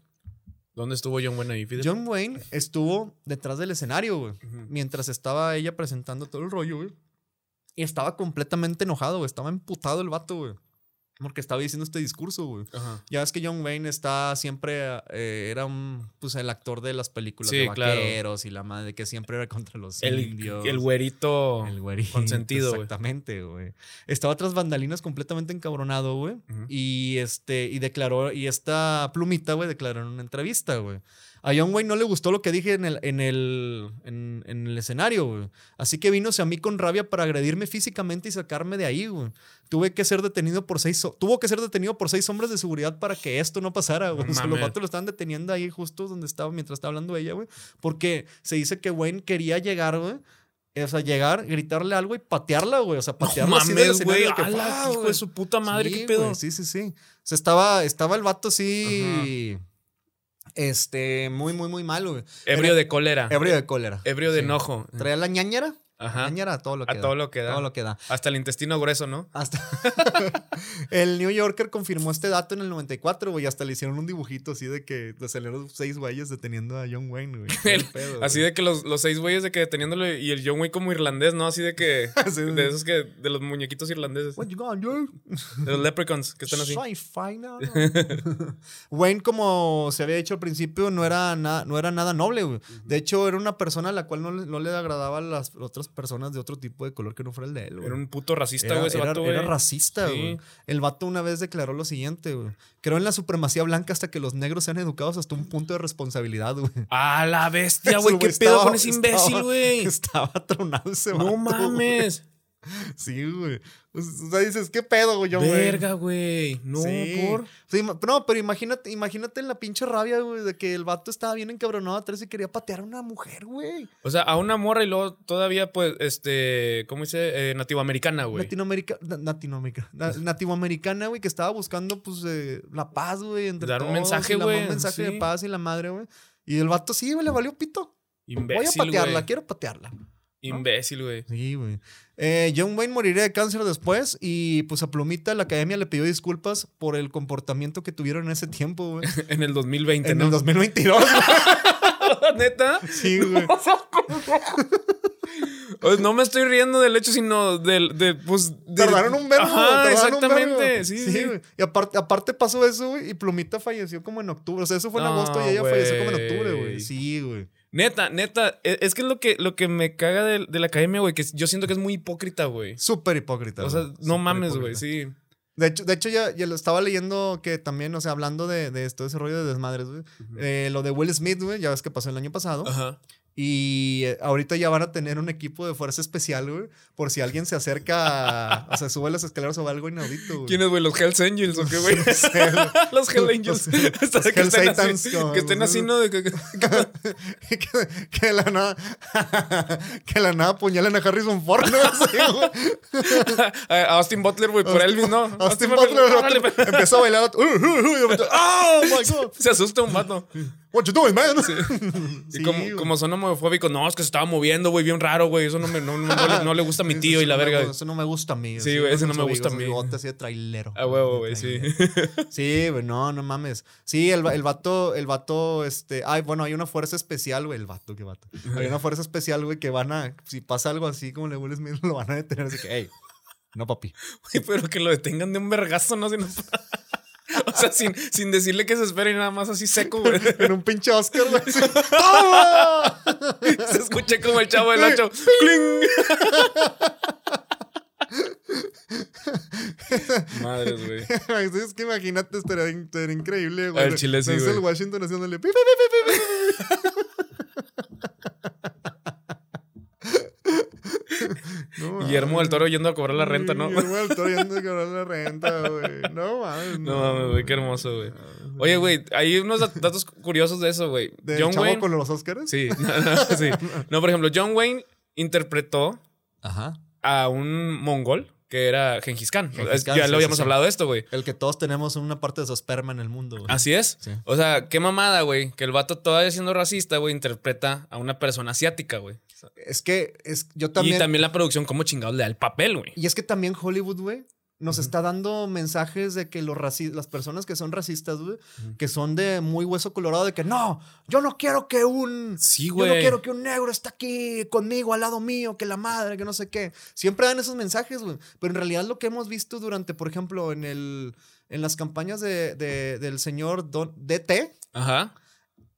C: ¿Dónde estuvo John Wayne ahí, Fidel?
D: John Wayne estuvo detrás del escenario, güey.
C: Ujú.
D: Mientras estaba ella presentando todo el rollo, güey. Y estaba completamente enojado, güey. Estaba emputado el vato, güey. Porque estaba diciendo este discurso, güey.
C: Ajá.
D: Ya ves que John Wayne está siempre, eh, era un, pues el actor de las películas
C: Sí,
D: de
C: claro.
D: vaqueros y la madre que siempre era contra los
C: El,
D: indios.
C: el güerito.
D: El güerito.
C: consentido, güey.
D: Exactamente, güey. Estaba tras bandalinas completamente encabronado, güey.
C: Ujú.
D: Y este, y declaró, y esta plumita, güey, declaró en una entrevista, güey. A John Wayne no le gustó lo que dije en el, en el, en, en el escenario, güey. Así que vino a mí con rabia para agredirme físicamente y sacarme de ahí, güey. Tuve que ser detenido por seis, ho- tuvo que ser detenido por seis hombres de seguridad para que esto no pasara, güey.
C: No
D: O sea, los
C: mames.
D: vatos lo estaban deteniendo ahí justo donde estaba, mientras estaba hablando ella, güey. Porque se dice que Wayne quería llegar, güey. O sea, llegar, gritarle algo y patearla, güey. O sea,
C: No
D: patearla así del
C: mames,
D: escenario
C: güey.
D: de que,
C: ala,
D: ¡pah,
C: Hijo de
D: güey!
C: su puta madre,
D: Sí, pues,
C: qué pedo.
D: güey, sí, sí, sí. O sea, estaba, estaba el vato así. Este, muy, muy, muy malo, güey.
C: Ebrio de cólera.
D: Ebrio de cólera.
C: Ebrio de
D: Sí.
C: enojo.
D: Traía la ñañera.
C: Ajá.
D: ñañara a todo lo que
C: A
D: da.
C: todo lo que da.
D: Todo lo que da.
C: Hasta el intestino grueso, ¿no?
D: Hasta el New Yorker confirmó este dato en el 94, güey. Hasta le hicieron un dibujito así de que de salieron seis güeyes deteniendo a John Wayne, güey. Qué
C: El-
D: pedo,
C: Así
D: güey.
C: de que los, los seis güeyes de que deteniéndolo y el John Wayne como irlandés, ¿no? Así de que.
D: Sí, sí,
C: De
D: sí.
C: esos que. De los muñequitos irlandeses.
D: What you gonna do?
C: De los leprechauns que están así.
D: Soy final. Wayne, como se había dicho al principio, no era, na- no era nada noble, güey. De hecho, era una persona a la cual no, le- no le agradaba a las otras personas de otro tipo de color que no fuera el de él, güey.
C: Era un puto racista,
D: Era-
C: güey. Ese
D: era-
C: vato,
D: era
C: güey.
D: racista,
C: Sí.
D: güey. El vato una vez declaró lo siguiente, güey. Creo en la supremacía blanca hasta que los negros sean educados hasta un punto de responsabilidad, güey.
C: A la bestia, güey.
D: Ese
C: ¿Qué
D: güey
C: pedo
D: estaba-
C: con ese imbécil,
D: estaba-
C: güey?
D: Estaba tronado ese este vato.
C: No
D: güey.
C: mames.
D: Sí, güey. O sea, dices, ¿qué pedo, güey? John Wayne?
C: Verga, güey. No,
D: Sí.
C: por.
D: Sí, ma- no, pero imagínate, imagínate la pinche rabia, güey, de que el vato estaba bien encabronado atrás y quería patear a una mujer, güey.
C: O sea, a una morra y luego todavía, pues, este. ¿Cómo dice? Eh, nativoamericana, güey.
D: Latinoamérica, na- Latinoamérica, na- nativoamericana, güey, que estaba buscando, pues, eh, la paz, güey, entre
C: Dar un
D: todos,
C: mensaje,
D: y la-
C: güey,
D: Un mensaje
C: sí.
D: de paz y la madre, güey. Y el vato, sí, güey, le valió pito. Voy a
C: Imbécil,
D: patearla,
C: güey.
D: quiero patearla.
C: Imbécil, güey.
D: Sí, güey. Eh, John Wayne moriría de cáncer después y, pues, a Plumita la academia le pidió disculpas por el comportamiento que tuvieron en ese tiempo, güey.
C: En el 2020,
D: en
C: ¿no?
D: el 2022, güey.
C: ¿Neta?
D: Sí, güey.
C: Pues no me estoy riendo del hecho, sino del. De, pues, de-
D: Tardaron un verbo.
C: Ajá,
D: tardaron un verbo.
C: exactamente. Sí, sí.
D: güey. Y aparte, aparte pasó eso, güey, y Plumita falleció como en octubre. O sea, eso fue en
C: No,
D: agosto y ella falleció como en
C: güey.
D: octubre, güey. Sí, güey.
C: Neta, neta. e- Es que es lo que, lo que me caga de, de la academia, güey. Que yo siento que es muy hipócrita, güey.
D: Súper hipócrita.
C: O sea,
D: güey.
C: no
D: Súper
C: mames, güey.
D: hipócrita.
C: Sí.
D: De hecho, de hecho ya, ya lo estaba leyendo que también, o sea, hablando de, de esto, ese rollo de desmadres, güey. eh, lo de Will Smith, güey, ya ves que pasó el año pasado.
C: Ajá.
D: Y eh, ahorita ya van a tener un equipo de fuerza especial, güey. Por si alguien se acerca, a- o sea, sube las escaleras o algo inaudito, güey.
C: ¿Quién es, güey? ¿Los Hells Angels o qué, güey?
D: No sé, güey.
C: los Hell Angels.
D: Los-
C: Hasta
D: los
C: que,
D: Hell
C: estén
D: Satans,
C: así,
D: como-
C: que estén así, ¿no? De que- que-
D: que, que la nada que la nada apuñalan a Harrison Ford ¿no? Sí, güey.
C: a Austin Butler, güey, por Elvis, ¿no?
D: Austin Butler
C: órale,
D: otro- empezó a bailar otro, "Uh, uh, uh", y de repente, oh my god
C: Se asusta un vato.
D: what you doing man
C: Y
D: Sí, güey.
C: como, como son homofóbicos, no, es que se estaba moviendo, güey, bien raro, güey. Eso no, me, no, no- no le, no le gusta a mi tío y la
D: Eso Ah, no me-
C: verga.
D: eso no me gusta a mí
C: Sí, güey, eso no
D: esos
C: me gusta a mí.
D: amigos, esos bigotes así de trailero
C: A huevo, güey, sí.
D: Sí, güey, no, no mames. Sí, el, va- el vato, el vato, este, ay, bueno, hay una fuerza especial, güey, el vato, qué vato. Hay una fuerza especial, güey, que van a, si pasa algo así como le Will Smith, lo van a detener, así que, hey, no, papi.
C: Güey, pero que lo detengan de un vergazo, ¿no? Si no- o sea, sin, sin decirle que se espere y nada más así seco, güey.
D: En un pinche Oscar, güey. así, ¡Toma!
C: Se escucha como el chavo del 8. ¡Cling! Madres, güey.
D: es que imagínate, estaría, in- estaría increíble, güey.
C: Al chile sí,
D: No es
C: güey.
D: el Washington haciéndole pi, pi, pi, pi, pi, pi. No,
C: Guillermo del
D: mames.
C: Toro yendo a cobrar la renta, ¿no?
D: Guillermo del Toro yendo a cobrar la renta, güey. No mames.
C: No mames, güey, qué hermoso, güey. Oye, güey, hay unos dat- datos curiosos de eso, güey.
D: ¿De
C: John
D: chavo
C: Wayne.
D: con los Oscars?
C: Sí, sí. No, por ejemplo, John Wayne interpretó
D: Ajá.
C: a un mongol que era Genghis Khan.
D: Gengis Khan,
C: ya
D: sí,
C: lo
D: sí,
C: habíamos
D: sí.
C: hablado de esto, güey.
D: El que todos tenemos una parte de su esperma en el mundo, güey.
C: Así es.
D: Sí.
C: O sea, qué mamada, güey. Que el vato todavía siendo racista, güey, interpreta a una persona asiática, güey.
D: Es que es, yo
C: Y también la producción, cómo chingados le da el papel, güey.
D: Y es que también Hollywood, güey, nos está dando mensajes de que los raci- las personas que son racistas, güey, que son de muy hueso colorado, de que no, yo no quiero que un.
C: Sí,
D: yo
C: güey.
D: no quiero que un negro esté aquí conmigo, al lado mío, que la madre, que no sé qué. Siempre dan esos mensajes, güey. Pero en realidad lo que hemos visto durante, por ejemplo, en el. En las campañas de- de- del señor Don- DT,
C: Ajá.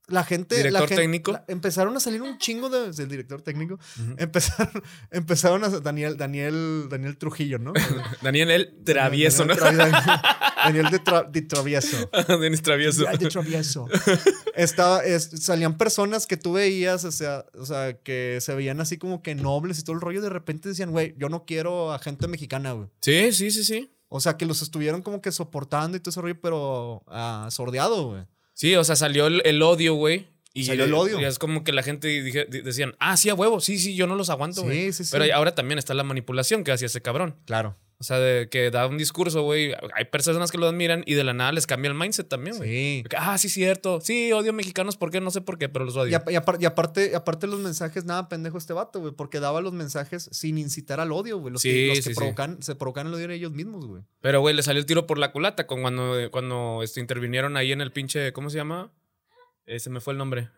D: la gente.
C: ¿Director
D: la gen-
C: técnico?
D: la- empezaron a salir un chingo de- del director técnico.
C: Ujú.
D: Empezaron, empezaron a. Daniel, Daniel, Daniel Trujillo, ¿no?
C: Daniel el travieso, ¿no?
D: Daniel, Travi- Daniel de, tra- de travieso.
C: Denis travieso.
D: Daniel de travieso. Estaba, es- salían personas que tú veías, o sea, o sea, que se veían así como que nobles y todo el rollo. De repente decían, güey, yo no quiero a gente mexicana, güey.
C: Sí, sí, sí, sí.
D: O sea, que los estuvieron como que soportando y todo ese rollo, pero ah, sordeado, güey.
C: Sí, o sea, salió el, el odio, güey. Y
D: Salió el odio.
C: Y es como que la gente dije- di- decían, ah, sí, a huevo, sí, sí, yo no los aguanto,
D: Sí,
C: güey.
D: sí, sí.
C: Pero ahora también está la manipulación que hacía ese cabrón.
D: Claro.
C: O sea, de que da un discurso, güey. Hay personas que lo admiran y de la nada les cambia el mindset también, güey.
D: Sí.
C: De que, Ah, sí, cierto. Sí, odio mexicanos, ¿por qué? No sé por qué, pero los
D: Y,
C: odio.
D: ap- y apar- y aparte, y aparte los mensajes, nada, pendejo este vato, güey, porque daba los mensajes sin incitar al odio, güey. Los
C: Sí,
D: que, los que
C: sí, sí.
D: provocan, se provocan el odio en ellos mismos, güey.
C: Pero, güey, le salió el tiro por la culata con cuando, cuando este, intervinieron ahí en el pinche. ¿Cómo se llama? Eh, se me fue el nombre.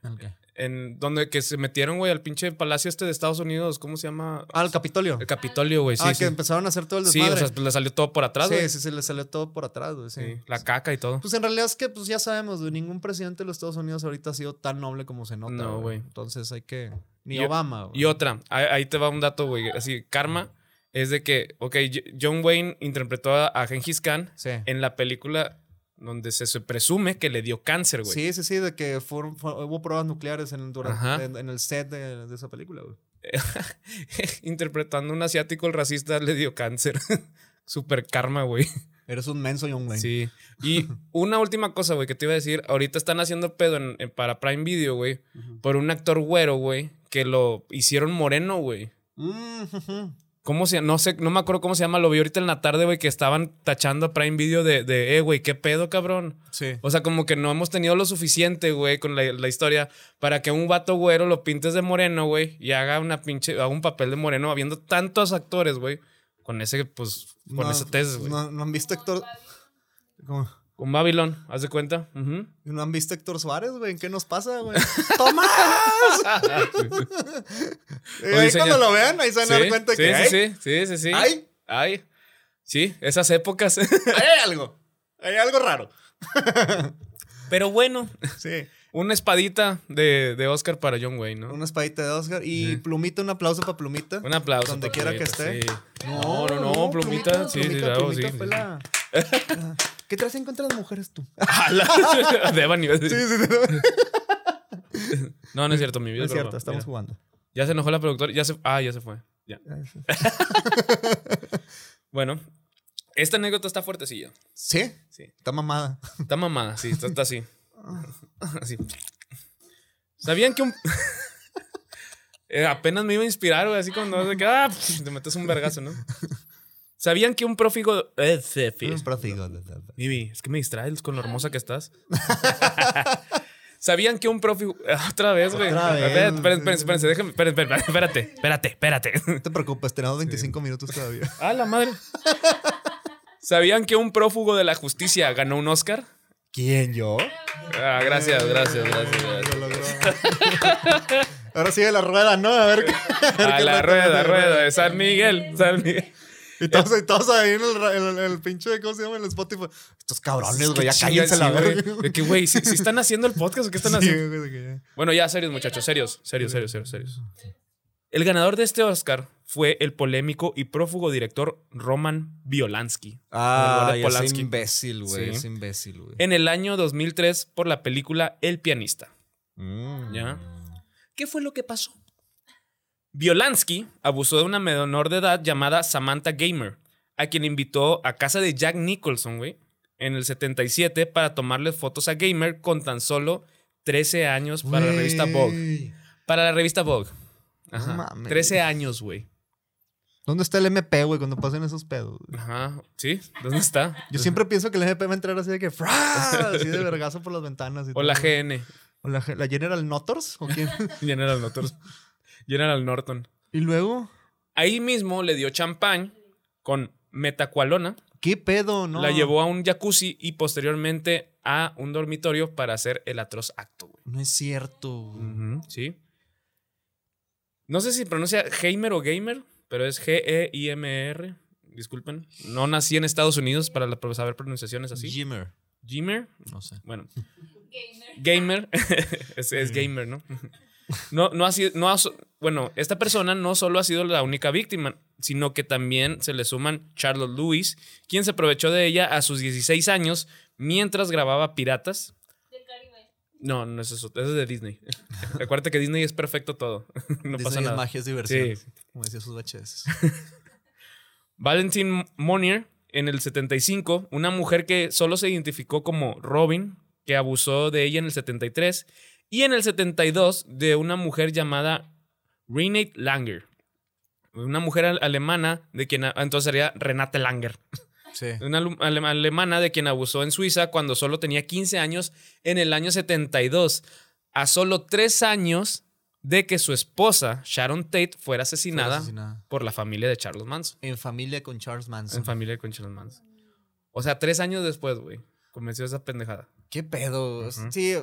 C: En donde que se metieron, güey, al pinche palacio este de Estados Unidos. ¿Cómo se llama?
D: Ah, el Capitolio.
C: El Capitolio, güey. Eh, Sí,
D: ah,
C: sí.
D: que empezaron a hacer todo el
C: Sí, o
D: desmadre.
C: sea, pues, le salió todo por atrás, güey.
D: sí, sí, se le salió todo por atrás, güey. Sí.
C: Sí, La caca y todo.
D: Pues en realidad es que, pues ya sabemos, güey, ningún presidente de los Estados Unidos ahorita ha sido tan noble como se nota.
C: No, güey.
D: Entonces hay que. Ni
C: Y-
D: Obama, güey.
C: Y otra, ahí, ahí te va un dato, güey. Así, karma es de que, ok, J- John Wayne interpretó a, a Gengis Khan
D: Sí.
C: en la película donde se, se presume que le dio cáncer, güey.
D: Sí, sí, sí, de que fueron- fue- hubo pruebas nucleares en, el, durante-
C: Ajá.
D: en- en el set de, de esa película, güey.
C: Interpretando a un asiático, el racista le dio cáncer. Super karma, güey.
D: Eres un menso, John Wayne.
C: Sí. Y una última cosa, güey, que te iba a decir. Ahorita están haciendo pedo en- en- para Prime Video, güey,
D: Ujú.
C: por un actor güero, güey, que lo hicieron moreno, güey.
D: Mm, ujú.
C: ¿Cómo se No sé, no me acuerdo cómo se llama. Lo vi ahorita en la tarde, güey, que estaban tachando a Prime Video de, de eh, güey, qué pedo, cabrón.
D: Sí.
C: O sea, como que no hemos tenido lo suficiente, güey, con la, la historia para que un vato güero lo pintes de moreno, güey, y haga una pinche, haga un papel de moreno, habiendo tantos actores, güey, con ese, pues, con
D: No,
C: ese test, güey.
D: No, no han visto Héctor. ¿Cómo?
C: Con Babylon, ¿haz de cuenta? Ujú.
D: ¿No han visto Héctor Suárez, güey? ¿En qué nos pasa, güey? ¡Toma! Y
C: Oye,
D: ahí
C: señor.
D: cuando lo vean, ahí se van a dar
C: Sí,
D: cuenta
C: sí,
D: que.
C: sí,
D: ¡ay!
C: sí, sí, sí, sí.
D: ¡Ay!
C: Ay. Sí, esas épocas.
D: ahí hay algo. Ahí Hay algo raro.
C: Pero bueno,
D: Sí.
C: una espadita de, de Oscar para John Wayne, ¿no?
D: Una espadita de Oscar. Y
C: Sí.
D: Plumita, un aplauso para Plumita.
C: Un aplauso.
D: Donde
C: por
D: quiera
C: Plumita,
D: que esté.
C: sí. No, no, no, Plumita, sí, sí, claro, sí,
D: fue
C: sí.
D: la- la- ¿Qué traes en contra de las mujeres tú?
C: Ala. Deban iba a decir.
D: sí, sí. No
C: No, no es cierto, mi vida.
D: es
C: broma.
D: cierto, estamos
C: Mira.
D: jugando.
C: Ya se enojó la productora. Ya se, ah, ya se fue. Ya. Bueno, esta anécdota está fuertecilla.
D: ¿Sí?
C: Sí.
D: Está mamada.
C: Está mamada, sí, está, está así. Así. ¿Sabían que un. Eh, apenas me iba a inspirar, güey, así cuando de que, ah, pf, te metes un vergazo, ¿no? ¿Sabían que un prófigo. Eh, se fi- Vivi, es que me distraes con lo hermosa que estás. ¿Sabían que un prófigo. Otra vez, güey.
D: Otra vez.
C: Espérate, espérense, espérense, espérense, déjenme- espérense, espérate, espérate, espérate.
D: No te preocupes, tenemos 25 minutos todavía.
C: A la madre. ¿Sabían que un prófugo de la justicia ganó un Oscar?
D: ¿Quién, yo?
C: Ah, gracias, gracias, gracias. gracias.
D: Lo logró. Ahora sigue la rueda, ¿no? A ver. qué- ver
C: A
D: qué
C: la
D: pasa.
C: rueda, rueda de San Miguel, San Miguel.
D: Y todos, y todos ahí en el, ra- en el- en el pinche, ¿cómo se llama? En el Spotify. Estos cabrones, güey, ya
C: Qué
D: cállense
C: chingas,
D: la
C: sí, güey.
D: verga.
C: De que, güey, si, están haciendo el podcast o qué están
D: Sí,
C: haciendo.
D: güey, de que-
C: Bueno, ya, serios, muchachos, serios, serios, serios, serios, serios.
D: Ah,
C: El ganador de este Oscar fue el polémico y prófugo director Roman Violansky.
D: Ah,
C: Robert
D: ya es
C: Polanski.
D: imbécil, güey.
C: Sí.
D: Es imbécil, güey.
C: En el año 2003 por la película El pianista.
D: Mm.
C: Ya. ¿Qué fue lo que pasó? Violansky abusó de una menor de edad llamada Samantha Gamer, a quien invitó a casa de Jack Nicholson, güey, en el 77 para tomarle fotos a Gamer con tan solo 13 años para la revista Vogue.
D: Güey.
C: Para la revista Vogue. Ajá.
D: No mames.
C: 13 años, güey.
D: ¿Dónde está el MP, güey, cuando pasen esos pedos? güey?
C: Ajá. ¿Sí? ¿Dónde está?
D: Yo siempre pienso que el MP va a entrar así de que ¡fra! Así de vergazo por las ventanas. y
C: O la
D: todo.
C: GN.
D: ¿O la, G- la General Motors? ¿O quién?
C: General Norton. General Norton.
D: y luego,
C: Ahí mismo le dio champán con metacualona.
D: ¿qué pedo, no?
C: La llevó a un jacuzzi y posteriormente a un dormitorio para hacer el atroz acto, güey.
D: No es cierto, güey.
C: Mm, Sí. No sé si pronuncia Heimer o Gamer, pero es E G-E-I-M-R. Disculpen. No nací en Estados Unidos para la- para saber pronunciaciones así.
D: Jimmer.
C: Gamer.
D: No sé.
C: Bueno, gamer.
B: Gamer.
C: es, es
D: Mm.
C: gamer, ¿no? No, no ha sido, no ha so- bueno, esta persona no solo ha sido la única víctima, sino que también se le suman Charlotte Lewis, quien se aprovechó de ella a sus 16 años mientras grababa Piratas.
B: Del Caribe.
C: No, no es eso, eso es de Disney. Acuérdate que Disney es perfecto todo. no
D: Disney
C: pasa
D: es
C: nada.
D: magia, es diversión. Como decía sus baches.
C: Valentine Monier, en el 75, una mujer que solo se identificó como Robin, que abusó de ella en el 73, y en el 72 de una mujer llamada Renate Langer. una mujer al- alemana de quien, entonces sería Renate Langer,
D: Sí.
C: una alu- ale- alemana de quien abusó en Suiza cuando solo tenía 15 años en el año 72, a solo tres años de que su esposa Sharon Tate fuera
D: Fue
C: asesinada,
D: asesinada.
C: por la familia de Charles Manson,
D: En familia con Charles Manson.
C: en familia con Charles Manson. O sea, tres años después, güey, comenzó esa pendejada.
D: ¿Qué pedo?
C: Ujú.
D: Sí,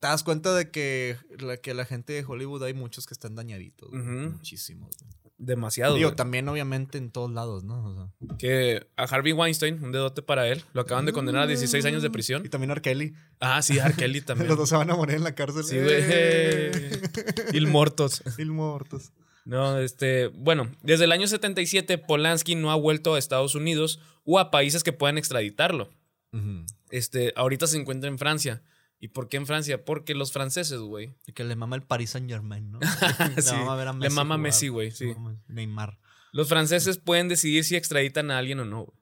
D: te das cuenta de que la, que la gente de Hollywood hay muchos que están dañaditos. güey,
C: Ujú.
D: Muchísimos. güey.
C: Demasiado.
D: Digo,
C: güey.
D: también obviamente en todos lados, ¿no? O sea,
C: que a Harvey Weinstein, un dedote para él, lo acaban de condenar a 16 años
D: Mm.
C: de prisión.
E: Y también R. Kelly.
C: Ah, sí, R. Kelly también.
E: Los dos se van a morir en la cárcel.
C: Sí, güey. Il mortos.
E: Mil muertos.
C: No, este, bueno, desde el año 77 Polanski no ha vuelto a Estados Unidos o a países que puedan extraditarlo. Este, ahorita se encuentra en Francia. ¿Y por qué en Francia? Porque los franceses, güey.
D: y que le mama el Paris Saint Germain, ¿no?
C: Sí,
D: mama ver a
C: le mama
D: jugar.
C: Messi, güey, sí.
D: Le mama Neymar.
C: Los franceses pueden decidir si extraditan a alguien o no. güey.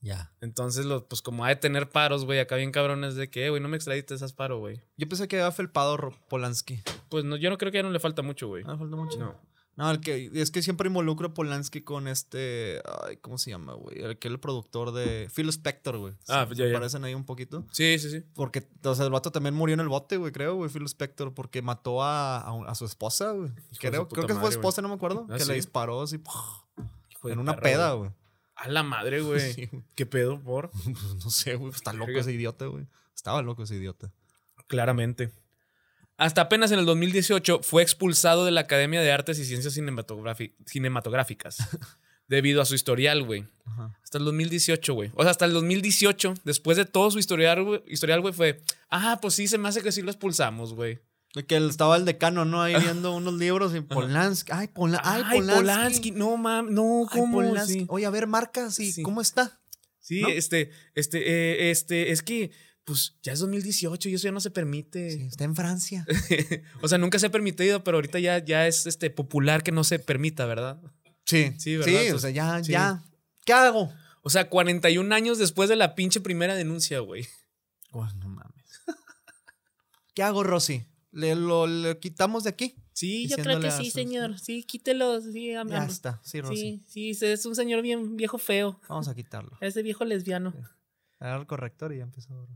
D: Ya.
C: Entonces, los, pues como ha de tener paros, güey, acá bien cabrones de que, eh, güey, no me extradites, haz paro, güey.
D: Yo pensé que había felpado Ro- Polanski.
C: Pues no, yo no creo que ya no le falta mucho, güey.
D: Ah, falta mucho.
C: No.
D: No, el que, es que siempre involucro a Polanski con este. Ay, ¿cómo se llama, güey? El que es el productor de. Phil Spector, güey.
C: Ah,
D: Se
C: ya, ya.
D: Parecen ahí un poquito.
C: Sí, sí, sí.
D: Porque, o sea, el vato también murió en el bote, güey, creo, güey, Phil Spector, porque mató a, a un- a su esposa, güey. Creo,
C: puta
D: creo que fue
C: madre,
D: esposa, no me acuerdo.
C: Ah,
D: que le
C: ¿sí?
D: disparó así, ¡puf!
C: Hijo de
D: en una
C: perra,
D: peda,
C: güey.
D: güey.
C: A la madre, güey.
D: Sí, güey.
C: ¿Qué pedo, por?
D: Pues no sé, güey, está loco
C: Verga.
D: ese idiota, güey. Estaba loco ese idiota.
C: Claramente. Hasta apenas en el 2018 fue expulsado de la Academia de Artes y Ciencias Cinematografi- Cinematográficas debido a su historial, güey.
D: Ajá.
C: Hasta el 2018, güey. O sea, hasta el 2018, después de todo su historial, güey, historial, güey, fue, ah, pues sí, se me hace que sí lo expulsamos, güey.
D: De que él- estaba el decano, ¿no? Ahí viendo unos libros y Polanski. Ay, Pola- ay, Polanski.
C: no, mam, no,
D: Ay,
C: ¿cómo?
D: Polanski.
C: Sí.
D: Oye, a ver, marcas y
C: Sí.
D: ¿cómo está?
C: Sí,
D: ¿No?
C: este, este, eh, este, es que, pues ya es 2018 y eso ya no se
D: Sí,
C: permite.
D: está en Francia.
C: o sea, nunca se ha permitido, pero ahorita ya, ya es este, popular que no se permita, ¿verdad?
D: Sí,
C: Sí,
D: sí,
C: ¿verdad?
D: o sea, ya,
C: Sí.
D: ya. ¿Qué hago?
C: O sea, 41 años después de la pinche primera denuncia, güey. Oh,
D: Uy, no mames. ¿Qué hago, Rosy? ¿Le, lo, le quitamos de aquí?
C: Sí,
D: yo creo que sí, señor.
F: Sí, quítelo. Sí,
D: Ya está, sí, Rosy.
F: sí, es un señor bien viejo feo.
D: Vamos a quitarlo.
F: Ese viejo lesbiano.
D: Agarra el corrector y ya empezó.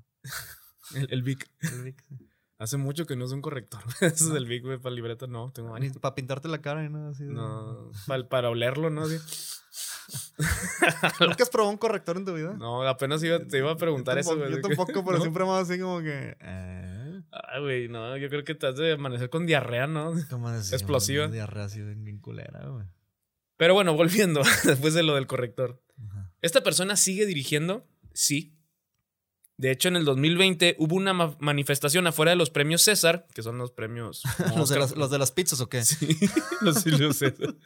C: El, el Vic.
D: el Vic, sí.
C: Hace mucho que no es un corrector. Eso es el Vic, güey, para libreta, no, tengo
D: Ni
C: años.
D: para pintarte la cara y nada así. de-
C: No, para, para olerlo, ¿no? Así.
D: ¿Nunca has probado un corrector en tu vida?
C: No, apenas iba, te iba a preguntar
D: Yo
C: eso,
D: tampoco-
C: güey.
D: Yo tampoco, pero
C: ¿No?
D: siempre más así como que. eh,
C: Ay, güey, no, yo creo que te has de amanecer con diarrea, ¿no?
D: como así,
C: Explosiva.
D: una Diarrea así bien bien culera, güey.
C: Pero bueno, volviendo después de lo del corrector.
D: Ajá.
C: ¿Esta persona sigue dirigiendo? Sí. De hecho, en el 2020 hubo una ma- manifestación afuera de los premios César, que son los premios. como
D: ¿Los, de
C: Oscar-
D: las, ¿Los de las pizzas o qué?
C: Sí, los premios César.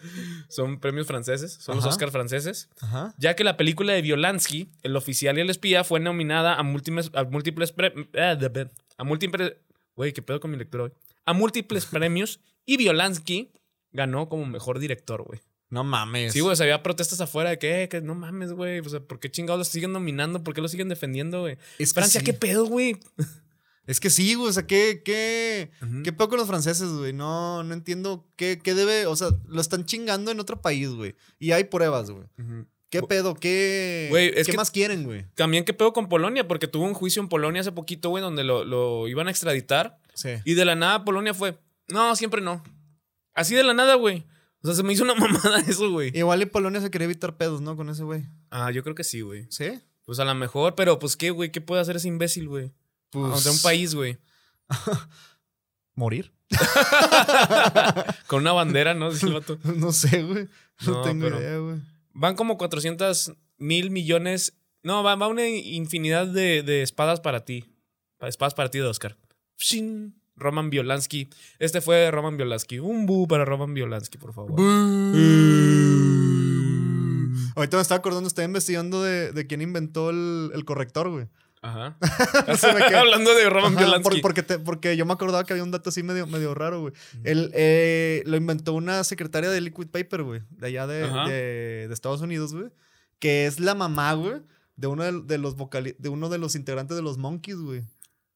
C: Son premios franceses, son los
D: Ajá.
C: Oscar franceses.
D: Ajá.
C: Ya que la película de Violansky, El oficial y el espía, fue nominada a múltiples. A múltiples. pre- eh, de- de- a múltiples. Güey, qué pedo con mi lectura hoy. A múltiples premios y Violansky ganó como mejor director, güey.
D: No mames.
C: Sí, güey, o sea, había protestas afuera de que, eh, que no mames, güey. O sea, ¿por qué chingados los siguen nominando? ¿Por qué los siguen defendiendo, güey?
D: Es que
C: Francia,
D: sí.
C: ¿qué pedo, güey?
D: Es que sí, güey. O sea, qué, qué,
C: Ujú.
D: qué peor con los franceses, güey. No, no entiendo qué, qué debe. O sea, lo están chingando en otro país, güey. Y hay pruebas, güey.
C: Ujú.
D: ¿Qué pedo? ¿Qué,
C: Güey, es
D: ¿qué
C: que-
D: más quieren, güey?
C: También, ¿qué pedo con Polonia? Porque tuvo un juicio en Polonia hace poquito, güey, donde lo, lo iban a extraditar.
D: Sí.
C: Y de la nada Polonia fue, no, siempre no. Así de la nada, güey. O sea, se me hizo una mamada eso, güey.
D: Igual y Polonia se quería evitar pedos, ¿no? Con ese güey.
C: Ah, yo creo que sí, güey.
D: ¿Sí?
C: Pues a lo mejor, pero pues qué, güey, ¿qué puede hacer ese imbécil, güey?
D: Pues.
C: Contra un país, güey.
D: ¿Morir?
C: Con una bandera, ¿no? Dice el vato.
D: no sé, güey. No,
C: No,
D: tengo
C: pero-
D: idea, güey.
C: Van como 400 mil millones. No, va, va una infinidad de, de espadas para ti. Pa- Espadas para ti de Oscar. Pshin. Roman Violansky. Este fue Roman Violansky. Un bu para Roman Violansky, por favor.
D: Ahorita me estaba acordando, estaba investigando de, de quién inventó el, el corrector, güey.
C: Ajá.
D: Se me quedó-
C: Hablando de Roman
D: Ajá, por-
C: Violansky.
D: porque, te- porque yo me acordaba que había un dato así medio, medio raro, güey. Él, eh, lo inventó una secretaria de Liquid Paper, güey, de allá de,
C: Ajá.
D: de- de Estados Unidos, güey, que es la mamá, güey, de uno de, de los vocali- de uno de los integrantes de los Monkeys, güey.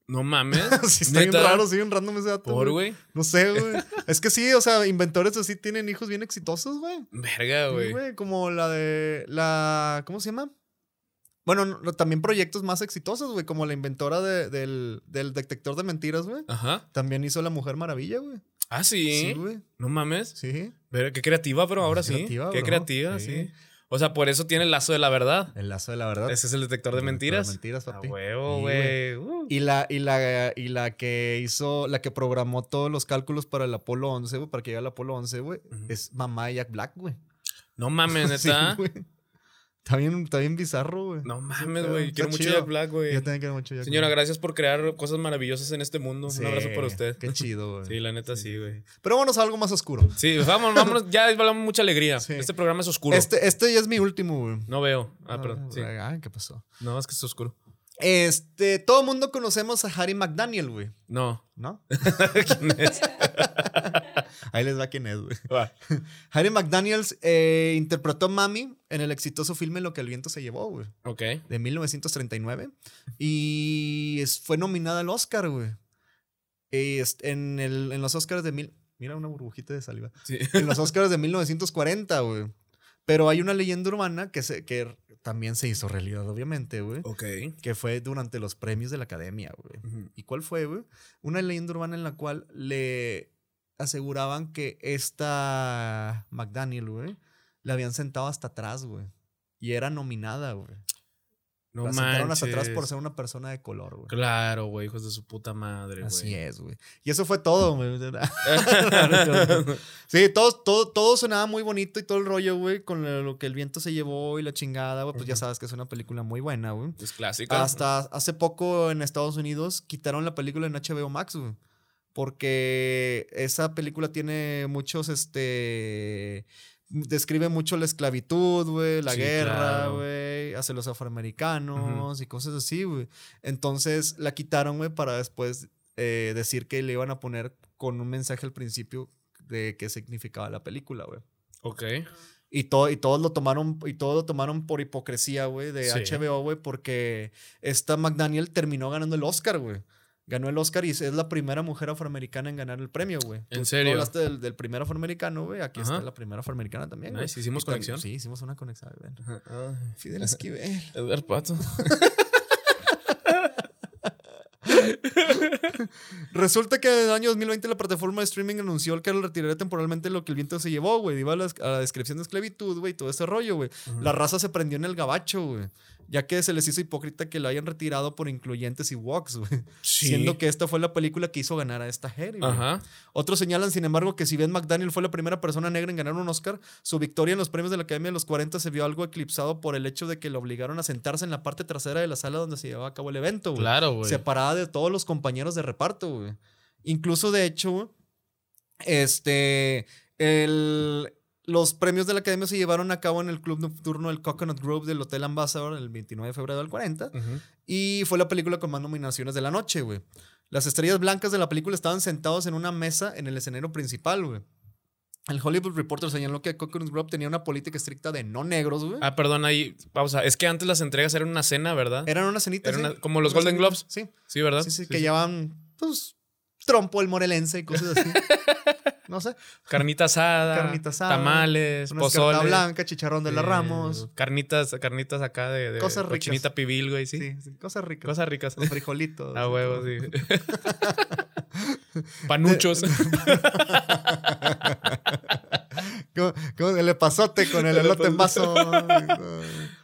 C: No mames.
D: Sí, está bien
C: ¿Neta?
D: raro, sí, bien random ese dato.
C: Por,
D: güey.
C: güey.
D: No sé, güey. es que sí, o sea, inventores así tienen hijos bien exitosos, güey.
C: Verga,
D: Sí,
C: Ah, güey.
D: güey, como la de la ¿cómo se llama? Bueno, no, también proyectos más exitosos, güey, como la inventora de- del, del detector de mentiras, güey.
C: Ajá.
D: También hizo la Mujer Maravilla, güey.
C: Ah, sí.
D: Sí, güey.
C: no mames.
D: Sí.
C: Pero qué creativa, pero ahora sí.
D: creativa,
C: qué
D: bro.
C: creativa, sí.
D: Sí.
C: O sea, por eso tiene el lazo de la verdad.
D: El lazo de la verdad.
C: Ese es el detector de
D: Detector de
C: mentiras.
D: mentiras,
C: Ah,
D: papi.
C: huevo,
D: Sí,
C: güey. Uh.
D: Y la, y la, y la que hizo, la que programó todos los cálculos para el Apolo 11, güey, para que llegara al Apolo 11, güey,
C: Ujú.
D: es mamá de Jack Black, güey.
C: No mames,
D: Sí,
C: neta.
D: güey. Está bien, está bien bizarro, güey.
C: no mames,
D: Está-
C: güey.
D: está
C: Quiero mucho
D: chido.
C: Jack Black, güey.
D: Yo también quiero mucho Jack
C: Señora,
D: Black.
C: gracias por crear cosas maravillosas en este mundo.
D: Sí,
C: Un abrazo para usted.
D: Qué chido, güey.
C: Sí, la neta sí, güey.
D: Pero bueno, es algo más oscuro.
C: Sí, vamos, vámonos. Ya hablamos mucha alegría.
D: Sí.
C: Este programa es oscuro.
D: Este, este ya es mi último, güey.
C: No veo. Ah,
D: No,
C: perdón.
D: no,
C: Sí.
D: ah, ¿qué pasó?
C: No, es que es oscuro.
D: Este, todo el mundo conocemos a Harry McDaniel, güey,
C: No.
D: ¿no?
C: ¿Quién es?
D: Ahí les va quién es, güey.
C: Va.
D: Harry McDaniels eh, interpretó a Mami en el exitoso filme Lo que el viento se llevó, güey,
C: Ok.
D: de 1939. Y es- fue nominada al Oscar, güey. Y es- en, el- en los Oscars de mil... Mira una burbujita de saliva.
C: Sí.
D: en los Oscars de 1940, güey. Pero hay una leyenda urbana que, se, que también se hizo realidad, obviamente, güey.
C: Ok.
D: Que fue durante los premios de la academia, güey.
C: Ujú.
D: ¿Y cuál fue, güey? Una leyenda urbana en la cual le aseguraban que esta McDaniel, güey, la habían sentado hasta atrás, güey. Y era nominada, güey.
C: No
D: la sentaron
C: manches.
D: hasta atrás por ser una persona de color, güey.
C: Claro, güey, hijos de su puta madre, güey.
D: Así es, güey. Y eso fue todo, güey. Sí, todo, todo, todo sonaba muy bonito y todo el rollo, güey, con lo lo que el viento se llevó y la chingada, güey. Pues ya
C: Ujú.
D: sabes que es una película muy buena, güey.
C: es clásica.
D: Hasta hace poco en Estados Unidos quitaron la película en HBO Max, güey. Porque esa película tiene muchos, este... Describe mucho la esclavitud, güey, la
C: Sí,
D: guerra,
C: claro.
D: güey, hacia los afroamericanos y cosas así, güey. Entonces la quitaron, güey, para después eh, decir que le iban a poner con un mensaje al principio de qué significaba la película, güey.
C: Ok.
D: Y, todo, y todos lo tomaron, y todos lo tomaron por hipocresía, güey, de
C: Sí.
D: HBO, güey, porque esta McDaniel terminó ganando el Oscar, güey. Ganó el Oscar y es la primera mujer afroamericana en ganar el premio, güey.
C: ¿En
D: Tú-
C: serio?
D: Tú hablaste del, del primer afroamericano, güey. Aquí
C: Ajá.
D: está la primera afroamericana también, güey.
C: Nice, hicimos
D: Y tam-
C: conexión.
D: Sí, hicimos una conexión. güey.
C: Ajá.
D: Fidel Esquivel.
C: Edgar Pato.
D: Resulta que en el año 2020 la plataforma de streaming anunció que retiraría temporalmente lo que el viento se llevó, güey. Iba a la, a la descripción de esclavitud, güey, y todo ese rollo, güey. La raza se prendió en el gabacho, güey. Ya que se les hizo hipócrita que lo hayan retirado por incluyentes y walks, güey.
C: Sí.
D: Siendo que esta fue la película que hizo ganar a esta Harry, güey.
C: Ajá.
D: Otros señalan, sin embargo, que si bien McDaniel fue la primera persona negra en ganar un Oscar, su victoria en los premios de la Academia de los 40 se vio algo eclipsado por el hecho de que lo obligaron a sentarse en la parte trasera de la sala donde se llevaba a cabo el evento, güey
C: Claro, güey.
D: separada de todos los compañeros de reparto, güey. Incluso, de hecho, güey, este, el- los premios de la academia se llevaron a cabo en el club nocturno del Coconut Grove del Hotel Ambassador el 29 de febrero del 40
C: Ujú.
D: y fue la película con más nominaciones de la noche, güey. Las estrellas blancas de la película estaban sentados en una mesa en el escenario principal, güey. El Hollywood Reporter señaló que Coconut Grove tenía una política estricta de no negros, güey.
C: Ah, perdón, ahí. Pausa. Es que antes las entregas eran una cena, ¿verdad?
D: Eran una cenita,
C: Era
D: sí.
C: una- como los
D: Una
C: Golden
D: cenita,
C: Globes.
D: Sí.
C: Sí, ¿verdad?
D: Sí, sí, que llevan, pues, trompo el morelense y cosas así. no sé.
C: Carnita asada.
D: Carnita asada,
C: Tamales,
D: Una escarta
C: pozole.
D: blanca, chicharrón de las Ramos.
C: Eh, Carnitas, carnitas acá de, de
D: Cosas ricas.
C: cochinita pibil, güey, sí.
D: Sí, sí, cosas ricas.
C: Cosas ricas.
D: Los frijolitos.
C: A
D: y
C: huevos,
D: todo.
C: sí. Panuchos.
D: Como- como el epazote con el elote en vaso.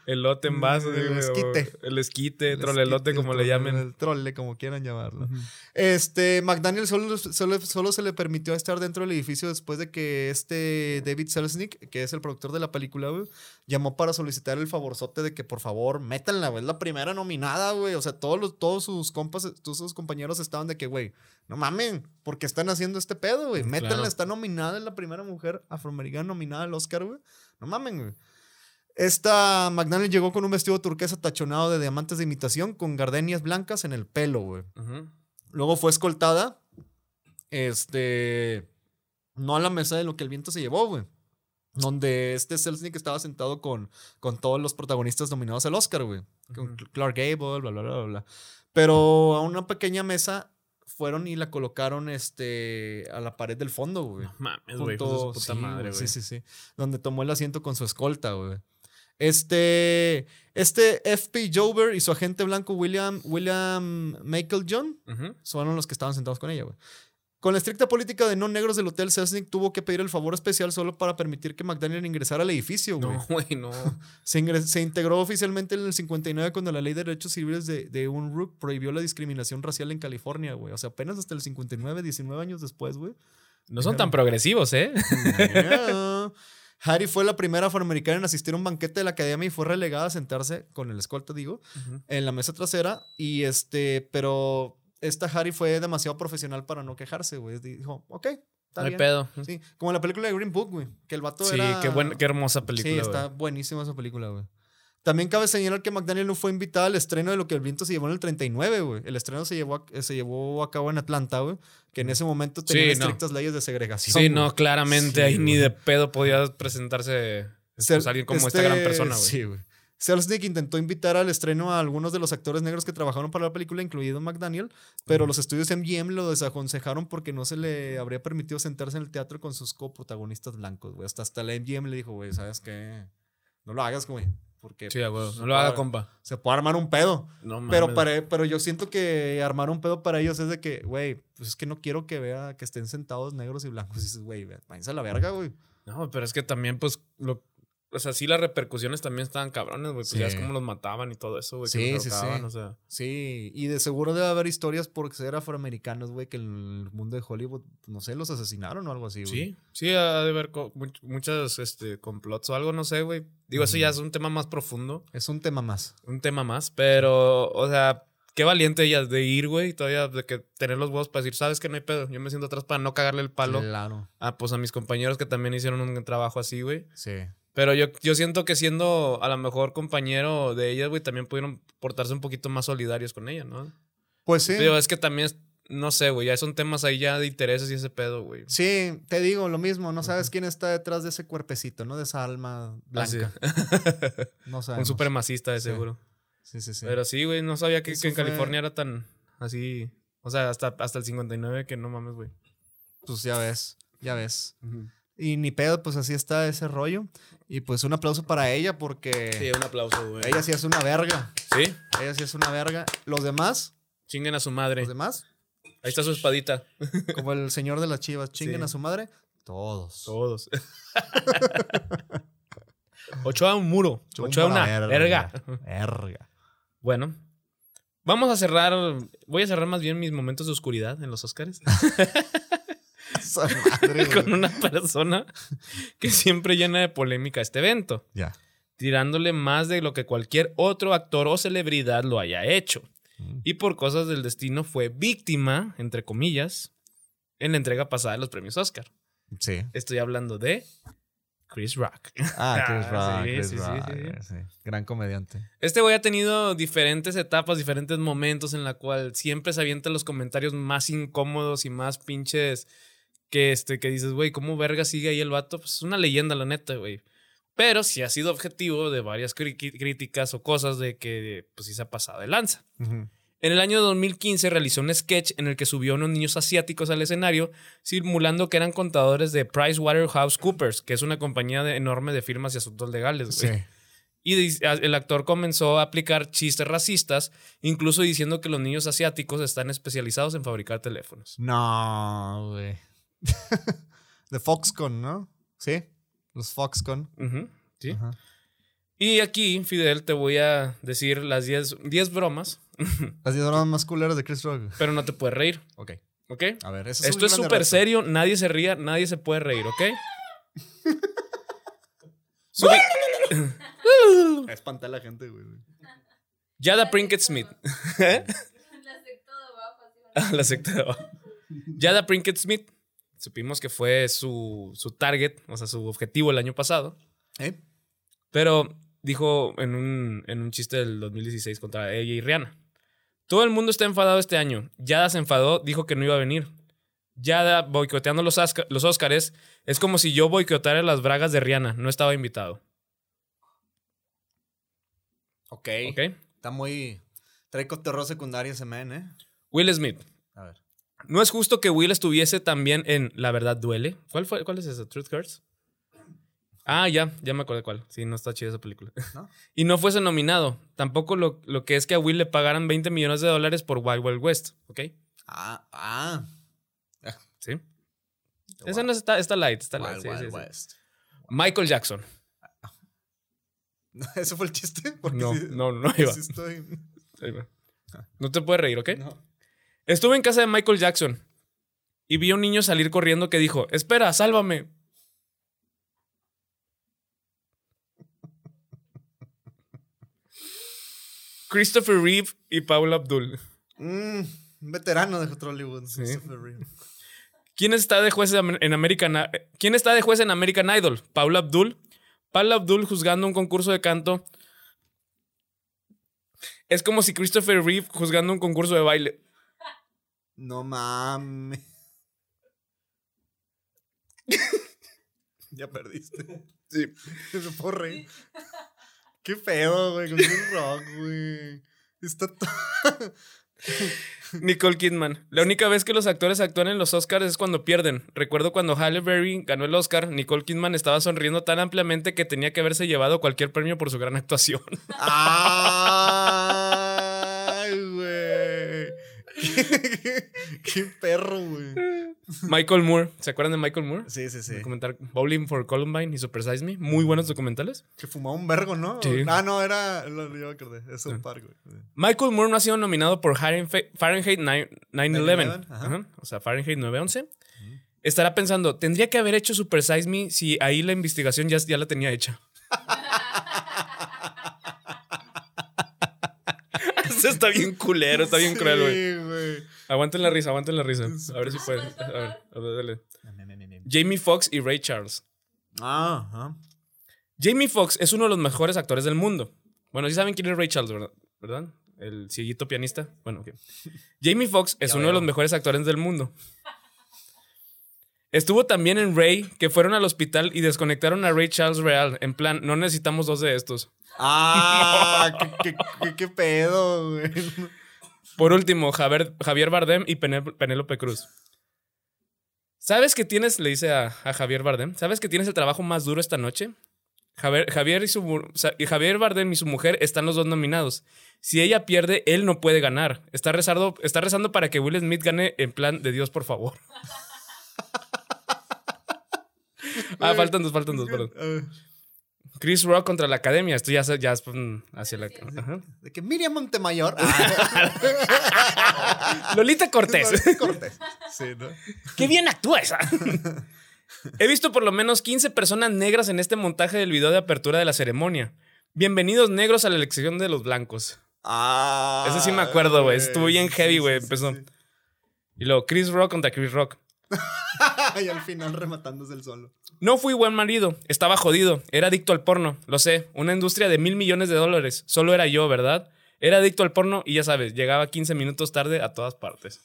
C: Elote en vaso.
D: El
C: sí, güey,
D: esquite.
C: o El esquite, trolelote,
D: El
C: como le
D: trole-
C: llamen.
D: El trole, como quieran llamarlo. Este, McDaniel solo, solo, solo se le permitió estar dentro del edificio después de que este David Selznick, que es el productor de la película, güey, llamó para solicitar el favorzote de que por favor métanla, güey. Es la primera nominada, güey. O sea, todos, los, todos sus compas, todos sus compañeros estaban de que, güey, no mamen, porque están haciendo este pedo, güey.
C: Mm,
D: Métanla,
C: claro.
D: está nominada, es la primera mujer afroamericana nominada al Oscar, güey. No mamen, güey. Esta McDaniel llegó con un vestido turquesa tachonado de diamantes de imitación con gardenias blancas en el pelo, güey.
C: Ujú.
D: Luego fue escoltada. Este. No a la mesa de lo que el viento se llevó, güey. Donde este Selznick estaba sentado con, con todos los protagonistas nominados al Oscar, güey. Con
C: Ujú.
D: Clark Gable, bla, bla, bla, bla, bla. Pero a una pequeña mesa fueron y la colocaron este, a la pared del fondo, güey.
C: Mames, güey.
D: Junto-
C: hijos de su puta
D: sí,
C: madre,
D: güey,
C: güey.
D: Sí, sí, sí. Donde tomó el asiento con su escolta, güey. Este, este F.P. Jover y su agente blanco William, William Michael John
C: Ujú.
D: son los que estaban sentados con ella, güey. Con la estricta política de no negros del Hotel Selznick tuvo que pedir el favor especial solo para permitir que McDaniel ingresara al edificio, güey.
C: No, güey, no.
D: Se, ingre- se integró oficialmente en el 59 cuando la ley de derechos civiles de, de UNRUC prohibió la discriminación racial en California, güey. O sea, apenas hasta el 59, 19 años después, güey.
C: No son tan progresivos, ¿eh?
D: Yeah. Harry fue la primera afroamericana en asistir a un banquete de la academia y fue relegada a sentarse con el escolta, digo,
C: Ujú.
D: en la mesa trasera. Y este, pero esta Harry fue demasiado profesional para no quejarse, güey. Dijo, ok, está
C: No hay
D: bien".
C: pedo.
D: Sí, como la película de Green Book, güey, que el vato
C: Sí,
D: era...
C: qué, buen- qué hermosa película.
D: Sí, está buenísima esa película, güey. También cabe señalar que McDaniel no fue invitada al estreno de lo que el viento se llevó en el 39, güey. El estreno se llevó a, eh, se llevó a cabo en Atlanta, güey. Que en ese momento
C: Mm. Sí,
D: tenía
C: no.
D: estrictas leyes de segregación.
C: Sí,
D: güey.
C: no, claramente
D: Sí,
C: ahí ni
D: güey.
C: de pedo podía presentarse
D: Ser- este
C: pues, alguien como esta gran persona, güey.
D: Sí, güey. Selznick intentó invitar al estreno a algunos de los actores negros que trabajaron para la película, incluido McDaniel, pero los estudios MGM lo desaconsejaron porque no se le habría permitido sentarse en el teatro con sus coprotagonistas blancos, güey. Hasta, hasta la MGM le dijo, güey, ¿sabes qué? No lo hagas, güey. Porque
C: Sí, a huevo.
D: se
C: No lo haga,
D: puede-
C: compa.
D: se puede armar un pedo.
C: No mames.
D: Pero, para, pero yo siento que armar un pedo para ellos es de que, güey, pues es que no quiero que vea que estén sentados negros y blancos. Y dices, güey, ve, váyanse a la verga, güey.
C: No, pero es que también, pues, lo... o sea, sí, las repercusiones también estaban cabrones, güey. Pues
D: Sí.
C: ya es como los mataban y todo eso, güey. que
D: Sí,
C: los
D: sí, sí.
C: ahorcaban, O sea,
D: Sí, y de seguro debe haber historias por ser afroamericanos, güey, que en el mundo de Hollywood, no sé, los asesinaron o algo así, güey.
C: sí, sí, ha de haber co- much- muchas este, complots o algo, no sé, güey. Digo, eso ya es un tema más profundo,
D: Es un tema más.
C: un tema más, pero, o sea, qué valiente ellas de ir, güey, y todavía de que tener los huevos para decir, sabes que no hay pedo, yo me siento atrás para no cagarle el palo
D: Claro.
C: a, pues, a mis compañeros que también hicieron un trabajo así, güey.
D: Sí.
C: Pero yo, yo siento que siendo a lo mejor compañero de ellas, güey, también pudieron portarse un poquito más solidarios con ella, ¿no?
D: Pues sí.
C: Pero es que también, es- no sé, güey, ya son temas ahí ya de intereses y ese pedo, güey.
D: Sí, te digo lo mismo, no sabes quién está detrás de ese cuerpecito, ¿no? De esa alma blanca. No sabes.
C: Ah, un supremacista de
D: Sí.
C: seguro.
D: Sí, sí, sí.
C: Pero sí, güey, no sabía que,
D: Eso
C: que en
D: fue-
C: California era tan así. O sea, hasta, hasta el 59 que no mames, güey.
D: Pues ya ves, ya ves. Y ni pedo, pues así está ese rollo. Y pues un aplauso para ella porque
C: Sí, un aplauso, güey.
D: ella sí es una verga.
C: Sí,
D: Ella sí es una verga. Los demás,
C: chinguen a su madre.
D: los demás,
C: Ahí está su espadita.
D: como el señor de las chivas, chinguen
C: Sí.
D: a su madre. Todos.
C: Todos. Ochoa un muro.
D: Chumba
C: Ochoa una
D: la
C: verga.
D: Verga.
C: Bueno. Vamos a cerrar. Voy a cerrar más bien mis momentos de oscuridad en los Oscars.
D: Esa madre, güey.
C: con una persona que siempre llena de polémica este evento,
D: Ya.
C: tirándole más de lo que cualquier otro actor o celebridad lo haya hecho.
D: Mm.
C: Y por cosas del destino fue víctima, entre comillas, en la entrega pasada de los premios Oscar.
D: Sí.
C: Estoy hablando de Chris Rock.
D: Ah, Chris
C: Ah,
D: Rock.
C: sí,
D: Chris
C: sí, sí,
D: Rock,
C: sí, sí.
D: sí. Gran comediante.
C: Este güey ha tenido diferentes etapas, diferentes momentos en la cual siempre se avienta los comentarios más incómodos y más pinches que, este, que dices, güey, ¿cómo verga sigue ahí el vato? Pues es una leyenda, la neta, güey. Pero sí ha sido objetivo de varias cri- críticas o cosas de que, pues sí se ha pasado de lanza. En el año 2015 realizó un sketch en el que subió a unos niños asiáticos al escenario simulando que eran contadores de PricewaterhouseCoopers, que es una compañía de- enorme de firmas y asuntos legales, güey. Y dis- a- el actor comenzó a aplicar chistes racistas, incluso diciendo que los niños asiáticos están especializados en fabricar teléfonos.
D: No, güey. De Foxconn, ¿no? Sí. Los Foxconn.
C: Ujú, ¿sí?
D: Ajá.
C: Y aquí, Fidel, te voy a decir las 10 10 bromas,
D: Las 10 bromas más culeras de Chris Rock.
C: pero no te puedes reír,
D: Ok.
C: ¿ok?
D: A ver, eso
C: Esto
D: un
C: es
D: gran
C: súper
D: reto.
C: serio, nadie se ría, nadie se puede reír, ¿ok? Subi-
D: Espantar a la gente, güey.
C: Yada Prinkett Smith. ¿Eh?
B: La secta de abajo, así.
C: a la secta de abajo. Jada Prinkett Smith, supimos que fue su, su target, o sea, su objetivo el año pasado.
D: ¿Eh?
C: Pero dijo en un, en un chiste del 2016 contra ella y Rihanna. Todo el mundo está enfadado este año. Yada se enfadó, dijo que no iba a venir. Yada boicoteando los, Osca- los Óscares es como si yo boicoteara las bragas de Rihanna. No estaba invitado.
D: Ok.
C: ¿Ok?
D: Está muy. Trae cotorreo secundario ese men, ¿eh?
C: Will Smith.
D: A ver.
C: No es justo que Will estuviese también en La verdad duele. ¿Cuál fue? ¿Cuál es esa? Truth Hurts. Ah, ya, ya me acordé cuál. Sí, no está chida esa película.
D: ¿No?
C: y no fuese nominado. Tampoco lo, lo que es que a Will le pagaran 20 millones de dólares por Wild Wild West, ¿ok?
D: Ah, ah.
C: Sí. Esa no está, está light, está light.
D: Wild
C: sí,
D: Wild
C: sí, sí.
D: West.
C: Michael Jackson.
D: ¿Eso fue el chiste? Porque
C: No,
D: sí-
C: no, no
D: porque
C: iba.
D: sí estoy-
C: Ahí va. No te puedes reír, ¿ok?
D: No.
C: Estuve en casa de Michael Jackson y vi a un niño salir corriendo que dijo, espera, sálvame. Christopher Reeve y Paula Abdul.
D: Mm, un veterano de Hollywood.
C: Sí.
D: Christopher Reeve.
C: ¿Quién está de juez en American, ¿Quién está de juez en American Idol? Paula Abdul. Paula Abdul juzgando un concurso de canto. Es como si Christopher Reeve juzgando un concurso de baile.
D: No mames. ya perdiste. Sí. Se puedo reír. Qué feo, güey. Con qué rock, güey. Está todo.
C: Nicole Kidman. La única vez que los actores actúan en los Oscars es cuando pierden. Recuerdo cuando Halle Berry ganó el Oscar, Nicole Kidman estaba sonriendo tan ampliamente que tenía que haberse llevado cualquier premio por su gran actuación.
D: ¡Ay, güey! Qué, qué- qué perro, güey.
C: Michael Moore. ¿Se acuerdan de Michael Moore?
D: Sí, sí, sí.
C: Documental Bowling for Columbine y Super Size Me. Muy buenos documentales.
D: Que fumaba un vergo, ¿no?
C: Sí.
D: Ah, no, era. Lo, yo me acordé. Es un par, güey.
C: Michael Moore no ha sido nominado por Fahrenfe- Fahrenheit 9- 9-11.
D: 9-11, ajá.
C: Ajá, O sea, Fahrenheit 9-11. Estará pensando, tendría que haber hecho Super Size Me si ahí la investigación ya, ya la tenía hecha. Eso está bien culero, está bien cruel, güey.
D: Sí, güey.
C: Aguanten la risa, aguanten la risa. A ver si pueden. A ver, a ver, dale. Jamie Foxx y Ray Charles.
D: Ah, ajá.
C: Jamie Foxx es uno de los mejores actores del mundo. Bueno, sí saben quién es Ray Charles, ¿verdad? ¿Verdad? El cieguito pianista. Bueno, ok. Jamie Foxx es
D: Ya
C: uno
D: veo.
C: de los mejores actores del mundo. Estuvo también en Ray, que fueron al hospital y desconectaron a Ray Charles Real. En plan, no necesitamos dos de estos.
D: Ah, qué, qué- qué- qué pedo, güey.
C: Por último, Javier, Javier Bardem y Penel- Penélope Cruz. ¿Sabes que tienes, le dice a, a Javier Bardem, ¿sabes que tienes el trabajo más duro esta noche? Javier, Javier, y su, mu- sa- y Javier Bardem y su mujer están los dos nominados. Si ella pierde, él no puede ganar. Está rezando, está rezando para que Will Smith gane en plan de Dios, por favor. ah, faltan dos, faltan dos, perdón.
D: Ah,
C: Chris Rock contra la academia. Esto ya, se- ya es mm, hacia la. ajá.
D: De que Miriam Montemayor. Ah,
C: Lolita Cortés.
D: Lolita Cortés. Sí, ¿no?
A: ¡Qué bien actúa esa!
C: He visto por lo menos 15 personas negras en este montaje del video de apertura de la ceremonia. Bienvenidos negros a la elección de los blancos.
D: Ah.
C: Ese sí me acuerdo, güey. Estuvo bien
D: Sí,
C: heavy,
D: sí,
C: güey.
D: sí,
C: Empezó.
D: sí.
C: Y luego Chris Rock contra Chris Rock.
D: y al final rematándose el solo.
C: No fui buen marido, estaba jodido, era adicto al porno, lo sé, una industria de mil millones de dólares, solo era yo, ¿verdad? Era adicto al porno y ya sabes, llegaba 15 minutos tarde a todas partes.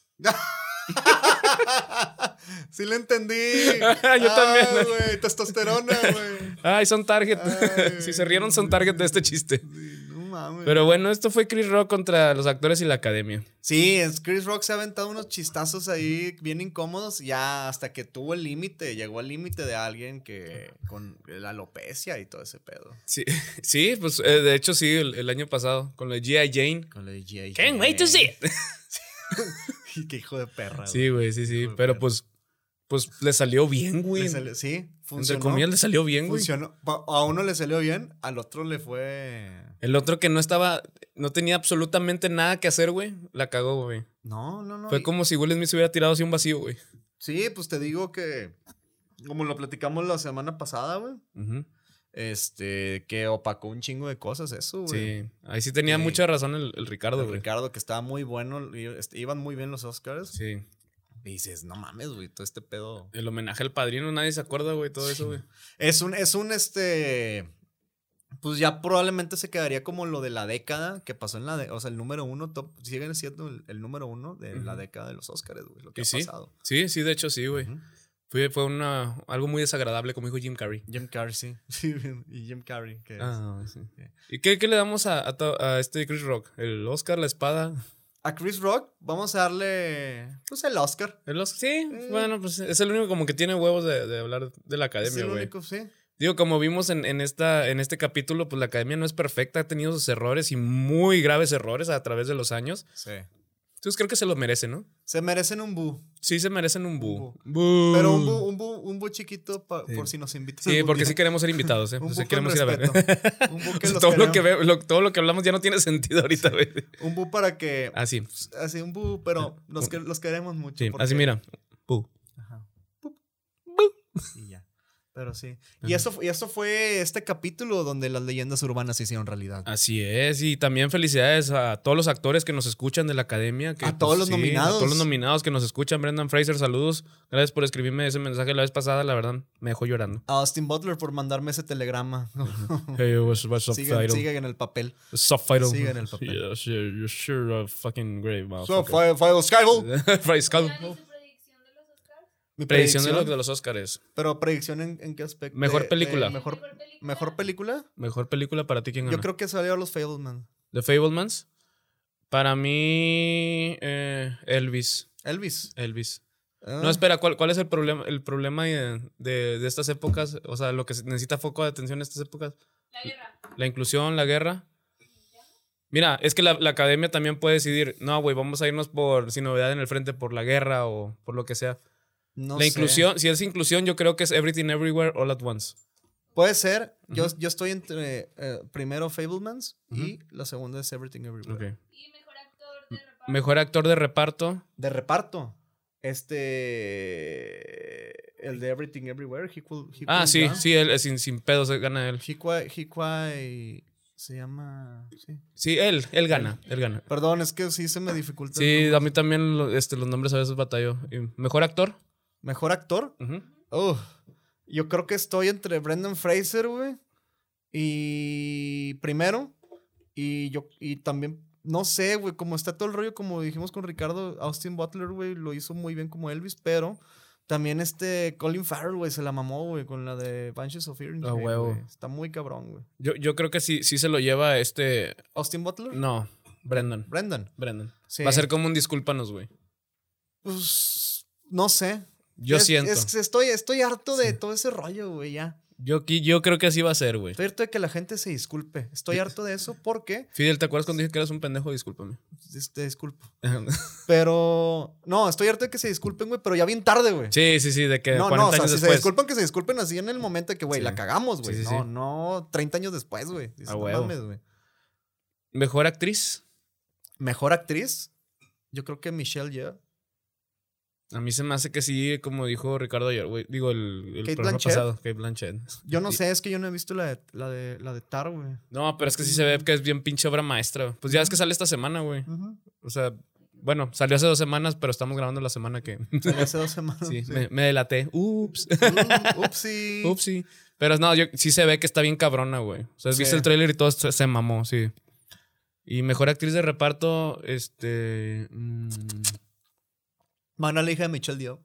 D: sí lo entendí. Ah,
C: Yo también.
D: güey, testosterona, güey.
C: Ay, son target.
D: Ay.
C: si se rieron, son target de este chiste.
D: Sí, No mames.
C: Pero bueno, esto fue Chris Rock contra los actores y la academia.
D: sí, es- Chris Rock se ha aventado unos chistazos ahí bien incómodos. Ya hasta que tuvo el límite, llegó al límite de alguien que con la alopecia y todo ese pedo.
C: Sí, sí pues eh, de hecho sí, el, el año pasado, con la G.I. Jane.
D: Con lo de G.I.
A: Can't wait to see it.
D: Qué hijo de perra.
C: Sí, güey, sí, sí.
D: Hijo de
C: Pero
D: perra.
C: pues, pues le salió bien, güey.
D: güey. Le salió- Sí,
C: Entre
D: funcionó.
C: comillas, le salió bien, güey.
D: funcionó. Pa- A uno le salió bien, al otro le fue.
C: El otro que no estaba, no tenía absolutamente nada que hacer, güey, la cagó, güey.
D: No, no, no.
C: Fue
D: y-
C: como si Will Smith se hubiera tirado así un vacío, güey.
D: Sí, pues te digo que. Como lo platicamos la semana pasada, güey.
C: Ujú.
D: Este, que opacó un chingo de cosas eso, güey.
C: Sí, ahí sí tenía
D: Sí.
C: mucha razón el, el Ricardo,
D: Ricardo,
C: güey.
D: Ricardo, que estaba muy bueno, i- este, iban muy bien los Oscars.
C: Sí.
D: Y dices, no mames, güey, todo este pedo.
C: El homenaje al padrino, nadie se acuerda, güey, todo eso, güey.
D: Es un, es un, este, pues ya probablemente se quedaría como lo de la década que pasó en la, de, o sea, el número uno, top, sigue siendo el, el número uno de la
C: Ujú.
D: década de los Oscars, güey, lo que
C: Y
D: ha
C: sí,
D: pasado.
C: Sí, sí, de hecho sí, güey.
D: Ujú.
C: Fue, fue una, algo muy desagradable, como dijo Jim Carrey.
D: Jim Carrey, sí. Sí, y Jim Carrey, que es- eh,
C: Ah, sí. ¿Y qué, qué le damos a, a to- a este Chris Rock? ¿El Oscar, la espada?
D: A Chris Rock vamos a darle, pues, el Oscar.
C: ¿El Oscar? Sí, bueno, pues es el único como que tiene huevos de, de hablar de la
D: Mm. Es
C: academia,
D: el
C: güey.
D: único, sí.
C: Digo, como vimos en, en esta, en este capítulo, pues la academia no es perfecta, ha tenido sus errores y muy graves errores a través de los años.
D: Sí.
C: Entonces creo que se lo merece, ¿no?
D: Se merecen un bu.
C: Sí, se merecen un
D: Un
C: bu.
D: bu. Pero un bu,
C: Bu.
D: un bu, un bu chiquito pa-
C: Mm. Sí.
D: por si nos invitan.
C: Sí, porque sí queremos ser invitados, ¿eh?
D: Un
C: Sí
D: bu con
C: queremos ir a ver. Pues
D: respeto. Un bu que los
C: todo, lo que
D: queremos.
C: ve- lo- todo lo que hablamos ya no tiene sentido ahorita, güey.
D: Un bu para que. pues,
C: Así,
D: Así, un bu, pero los, que, los queremos
C: Ah.
D: mucho.
C: sí,
D: porque-
C: así mira. Bu.
D: Ajá.
C: Bu.
D: Y ya. Pero sí. Y eso, fu- y eso fue este capítulo donde las leyendas urbanas se hicieron realidad.
C: Así es, y también felicidades a todos los actores que nos escuchan de la academia. Que, pues,
D: A todos los nominados.
C: A todos los nominados que nos escuchan. Brendan Fraser, saludos. Gracias por escribirme ese mensaje la vez pasada, la verdad, me dejó llorando.
D: A Austin Butler por mandarme ese telegrama.
C: Hey, what's, what's up,
D: Sigue,
C: Fido?
D: sigue en el papel.
C: What's up, Fido?
D: sigue en el papel.
C: Yes, you're, you're sure a fucking great, motherfucker.
D: Fire, Fire Skyfall.
C: Fry Skull.
B: ¿Ya hizo predicción de los Oscars?
D: Mi
C: Predicción
D: predicción,
C: de los, de los Oscars.
D: Pero predicción en, en qué aspecto.
C: Mejor
D: De-
C: película.
D: de mejor,
B: película?
D: mejor película.
C: Mejor película para ti, ¿quién ganó?
D: Yo creo que salió los Fableman.
C: The Fablemans. Para mí, eh, Elvis.
D: Elvis.
C: Elvis.
D: Ah,
C: No, espera, ¿cuál, cuál es el problema, el problema de, de- de estas épocas? O sea, lo que se- necesita foco de atención en estas épocas.
B: La guerra.
C: La inclusión, la guerra. Mira, es que la, la academia también puede decidir, no, güey, vamos a irnos por, sin novedad en el frente, por la guerra o por lo que sea.
D: no
C: la
D: sé.
C: inclusión, si es inclusión, yo creo que es Everything Everywhere All at Once.
D: Puede ser. Yo,
C: Ujú.
D: yo estoy entre eh, primero Fablemans y la segunda es Everything Everywhere.
B: Y mejor actor de reparto.
C: Mejor actor de reparto.
D: De reparto. Este. El de Everything Everywhere. Hikwa- Hikwa
C: Ah, sí,
D: Young.
C: sí, él, eh, sin, sin pedos eh, gana él.
D: Hikwa, Hikwa y- se llama. sí.
C: Sí, él, él gana, él gana.
D: Perdón, es que sí se me dificulta. el
C: Sí,
D: nombre.
C: a mí también lo- este, los nombres a veces batallo. Y mejor actor.
D: Mejor actor.
C: Ujú.
D: Uf, yo creo que estoy entre Brendan Fraser, güey. Y primero. Y yo. Y también. No sé, güey. Como está todo el rollo, como dijimos con Ricardo, Austin Butler, güey, lo hizo muy bien como Elvis, pero. También este Colin Farrell, güey, se la mamó, güey, con la de Bunches of Earring.
C: Ah, huevo.
D: Está muy cabrón, güey.
C: Yo, yo creo que sí, sí se lo lleva este.
D: ¿Austin Butler?
C: No, Brendan.
D: Brendan.
C: Brendan.
D: Sí.
C: Va a ser como un discúlpanos, güey.
D: Pues, no sé.
C: Yo
D: Es-
C: siento.
D: es- estoy, estoy harto de todo ese rollo, güey, ya.
C: Yo, qui- yo creo que así va a ser, güey.
D: Estoy harto de que la gente se disculpe. Estoy harto de eso porque.
C: Fidel, ¿te acuerdas cuando dije que eras un pendejo? Discúlpame.
D: Este, disculpo. Pero. No, estoy harto de que se disculpen, güey, pero ya bien tarde, güey.
C: sí, sí, sí, de que
D: no,
C: 40
D: no, o sea,
C: años
D: si se
C: después.
D: disculpan, que se disculpen así en el momento de que, güey,
C: Sí.
D: la cagamos, güey.
C: Sí, sí,
D: no,
C: sí.
D: no, 30 años después, güey. Dices,
C: A
D: no
C: huevo.
D: mames, güey.
C: Mejor actriz.
D: Mejor actriz, yo creo que Michelle Yeoh.
C: A mí se me hace que sí, como dijo Ricardo ayer, güey. Digo, el, el
D: Kate
C: programa
D: Blanchett.
C: pasado, Kate Blanchett.
D: Yo no
C: Sí.
D: sé, es que yo no he visto la de, la de, la de Tar, güey.
C: No, pero es que sí se ve que es bien pinche obra maestra. Pues ya es que sale esta semana, güey.
D: Ujú.
C: O sea, bueno, salió hace dos semanas, pero estamos grabando la semana que.
D: Salió Hace dos semanas.
C: Sí,
D: sí.
C: Me, me delaté. Ups.
D: Mm, Upsi.
C: Upsi. Pero no, yo, sí se ve que está bien cabrona, güey. O sea,
D: Sí.
C: viste el tráiler y todo se, se mamó, sí. Y mejor actriz de reparto, este. mm,
D: Mana la hija de Michelle Dio.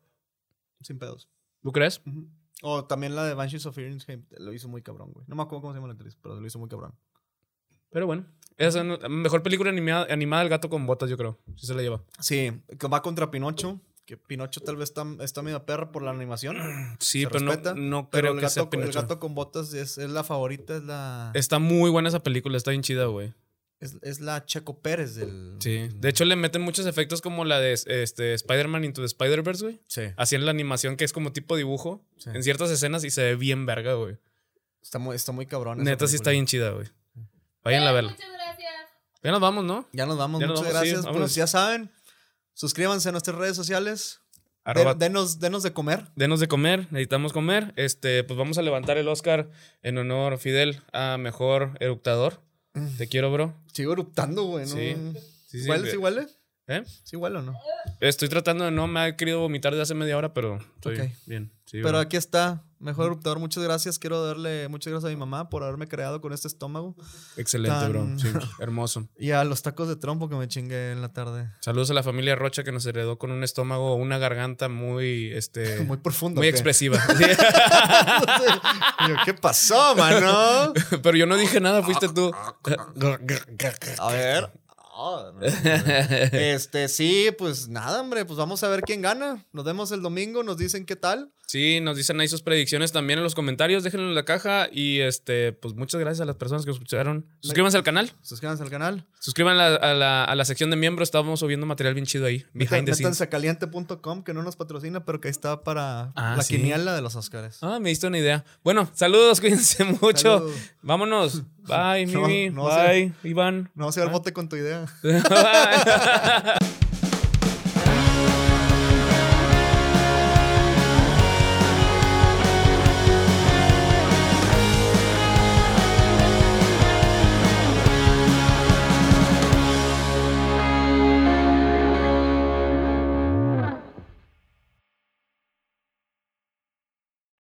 D: Sin pedos.
C: ¿Tú crees?
D: Ujú. O también la de Banshees of Inisheim. Lo hizo muy cabrón, güey. No me acuerdo cómo se llama la actriz, pero lo hizo muy cabrón.
C: Pero bueno. Esa es la mejor película animada, animada El gato con botas, yo creo. Sí se la lleva.
D: Sí, que va contra Pinocho. Que Pinocho tal vez está, está medio perra por la animación.
C: Sí,
D: Se
C: pero
D: respeta,
C: no, no
D: Pero
C: creo
D: el,
C: que sea
D: gato, el
C: Pinocho.
D: gato con botas es, es la favorita, es la,
C: Está muy buena esa película, está bien chida, güey.
D: es, es la Checo Pérez del.
C: Sí. De hecho, le meten muchos efectos como la de este, Spider-Man Into the Spider-Verse, güey.
D: Sí,
C: Hacían la animación que es como tipo dibujo
D: Sí.
C: en ciertas escenas y se ve bien verga, güey.
D: Está muy, está muy cabrón. esa
C: Neta, sí está
D: película.
C: bien chida, güey. Vayan a verla.
B: Muchas gracias.
C: Ya nos vamos, ¿no?
D: Ya nos vamos,
C: Ya nos
D: muchas
C: vamos, sí,
D: gracias.
C: vámonos.
D: pues ya saben, suscríbanse a nuestras redes sociales. Den-
C: Arroba-
D: denos, denos de comer.
C: denos de comer, necesitamos comer. Este, pues vamos a levantar el Oscar en honor, Fidel, a mejor eructador. Te quiero, bro.
D: Sigo eruptando, güey. ¿no?
C: Sí. Sí, sí,
D: ¿Huele,
C: eh,
D: sí huele?
C: ¿eh?
D: ¿Sí huele o no?
C: Estoy tratando de no me ha querido vomitar de hace media hora, pero estoy
D: Ok.
C: bien. Sí,
D: Pero
C: güey.
D: aquí está. Mejor eruptador, muchas gracias. Quiero darle muchas gracias a mi mamá por haberme creado con este estómago.
C: Excelente, bro.
D: tan-
C: Sí, hermoso.
D: Y a los tacos de trompo que me chingué en la tarde.
C: Saludos a la familia Rocha que nos heredó con un estómago, una garganta muy, este,
D: Muy
C: muy,
D: profundo. ¿o qué?
C: expresiva.
D: Y yo, ¿Qué pasó, mano?
C: Pero yo no dije nada, fuiste tú.
D: A ver. Ah, no, no, no. Este, sí, pues nada, hombre. Pues vamos a ver quién gana. Nos vemos el domingo, nos dicen qué tal.
C: Sí, nos dicen ahí sus predicciones también en los comentarios, déjenlo en la caja y este, pues muchas gracias a las personas que nos escucharon. Suscríbanse al canal,
D: Suscríbanse al canal.
C: suscríbanse a la, a la- a la sección de miembros, estábamos subiendo material bien chido ahí, behind the
D: Métan-
C: scenes.
D: Métanse a caliente.com, que no nos patrocina, pero que ahí está para
C: Ah,
D: la
C: sí.
D: quiniela de los Oscars.
C: Ah, me diste una idea. Bueno, saludos, cuídense mucho.
D: Salud.
C: Vámonos. Bye,
D: No,
C: Mimi.
D: no
C: Bye, Iván.
D: No, se va al bote con tu idea.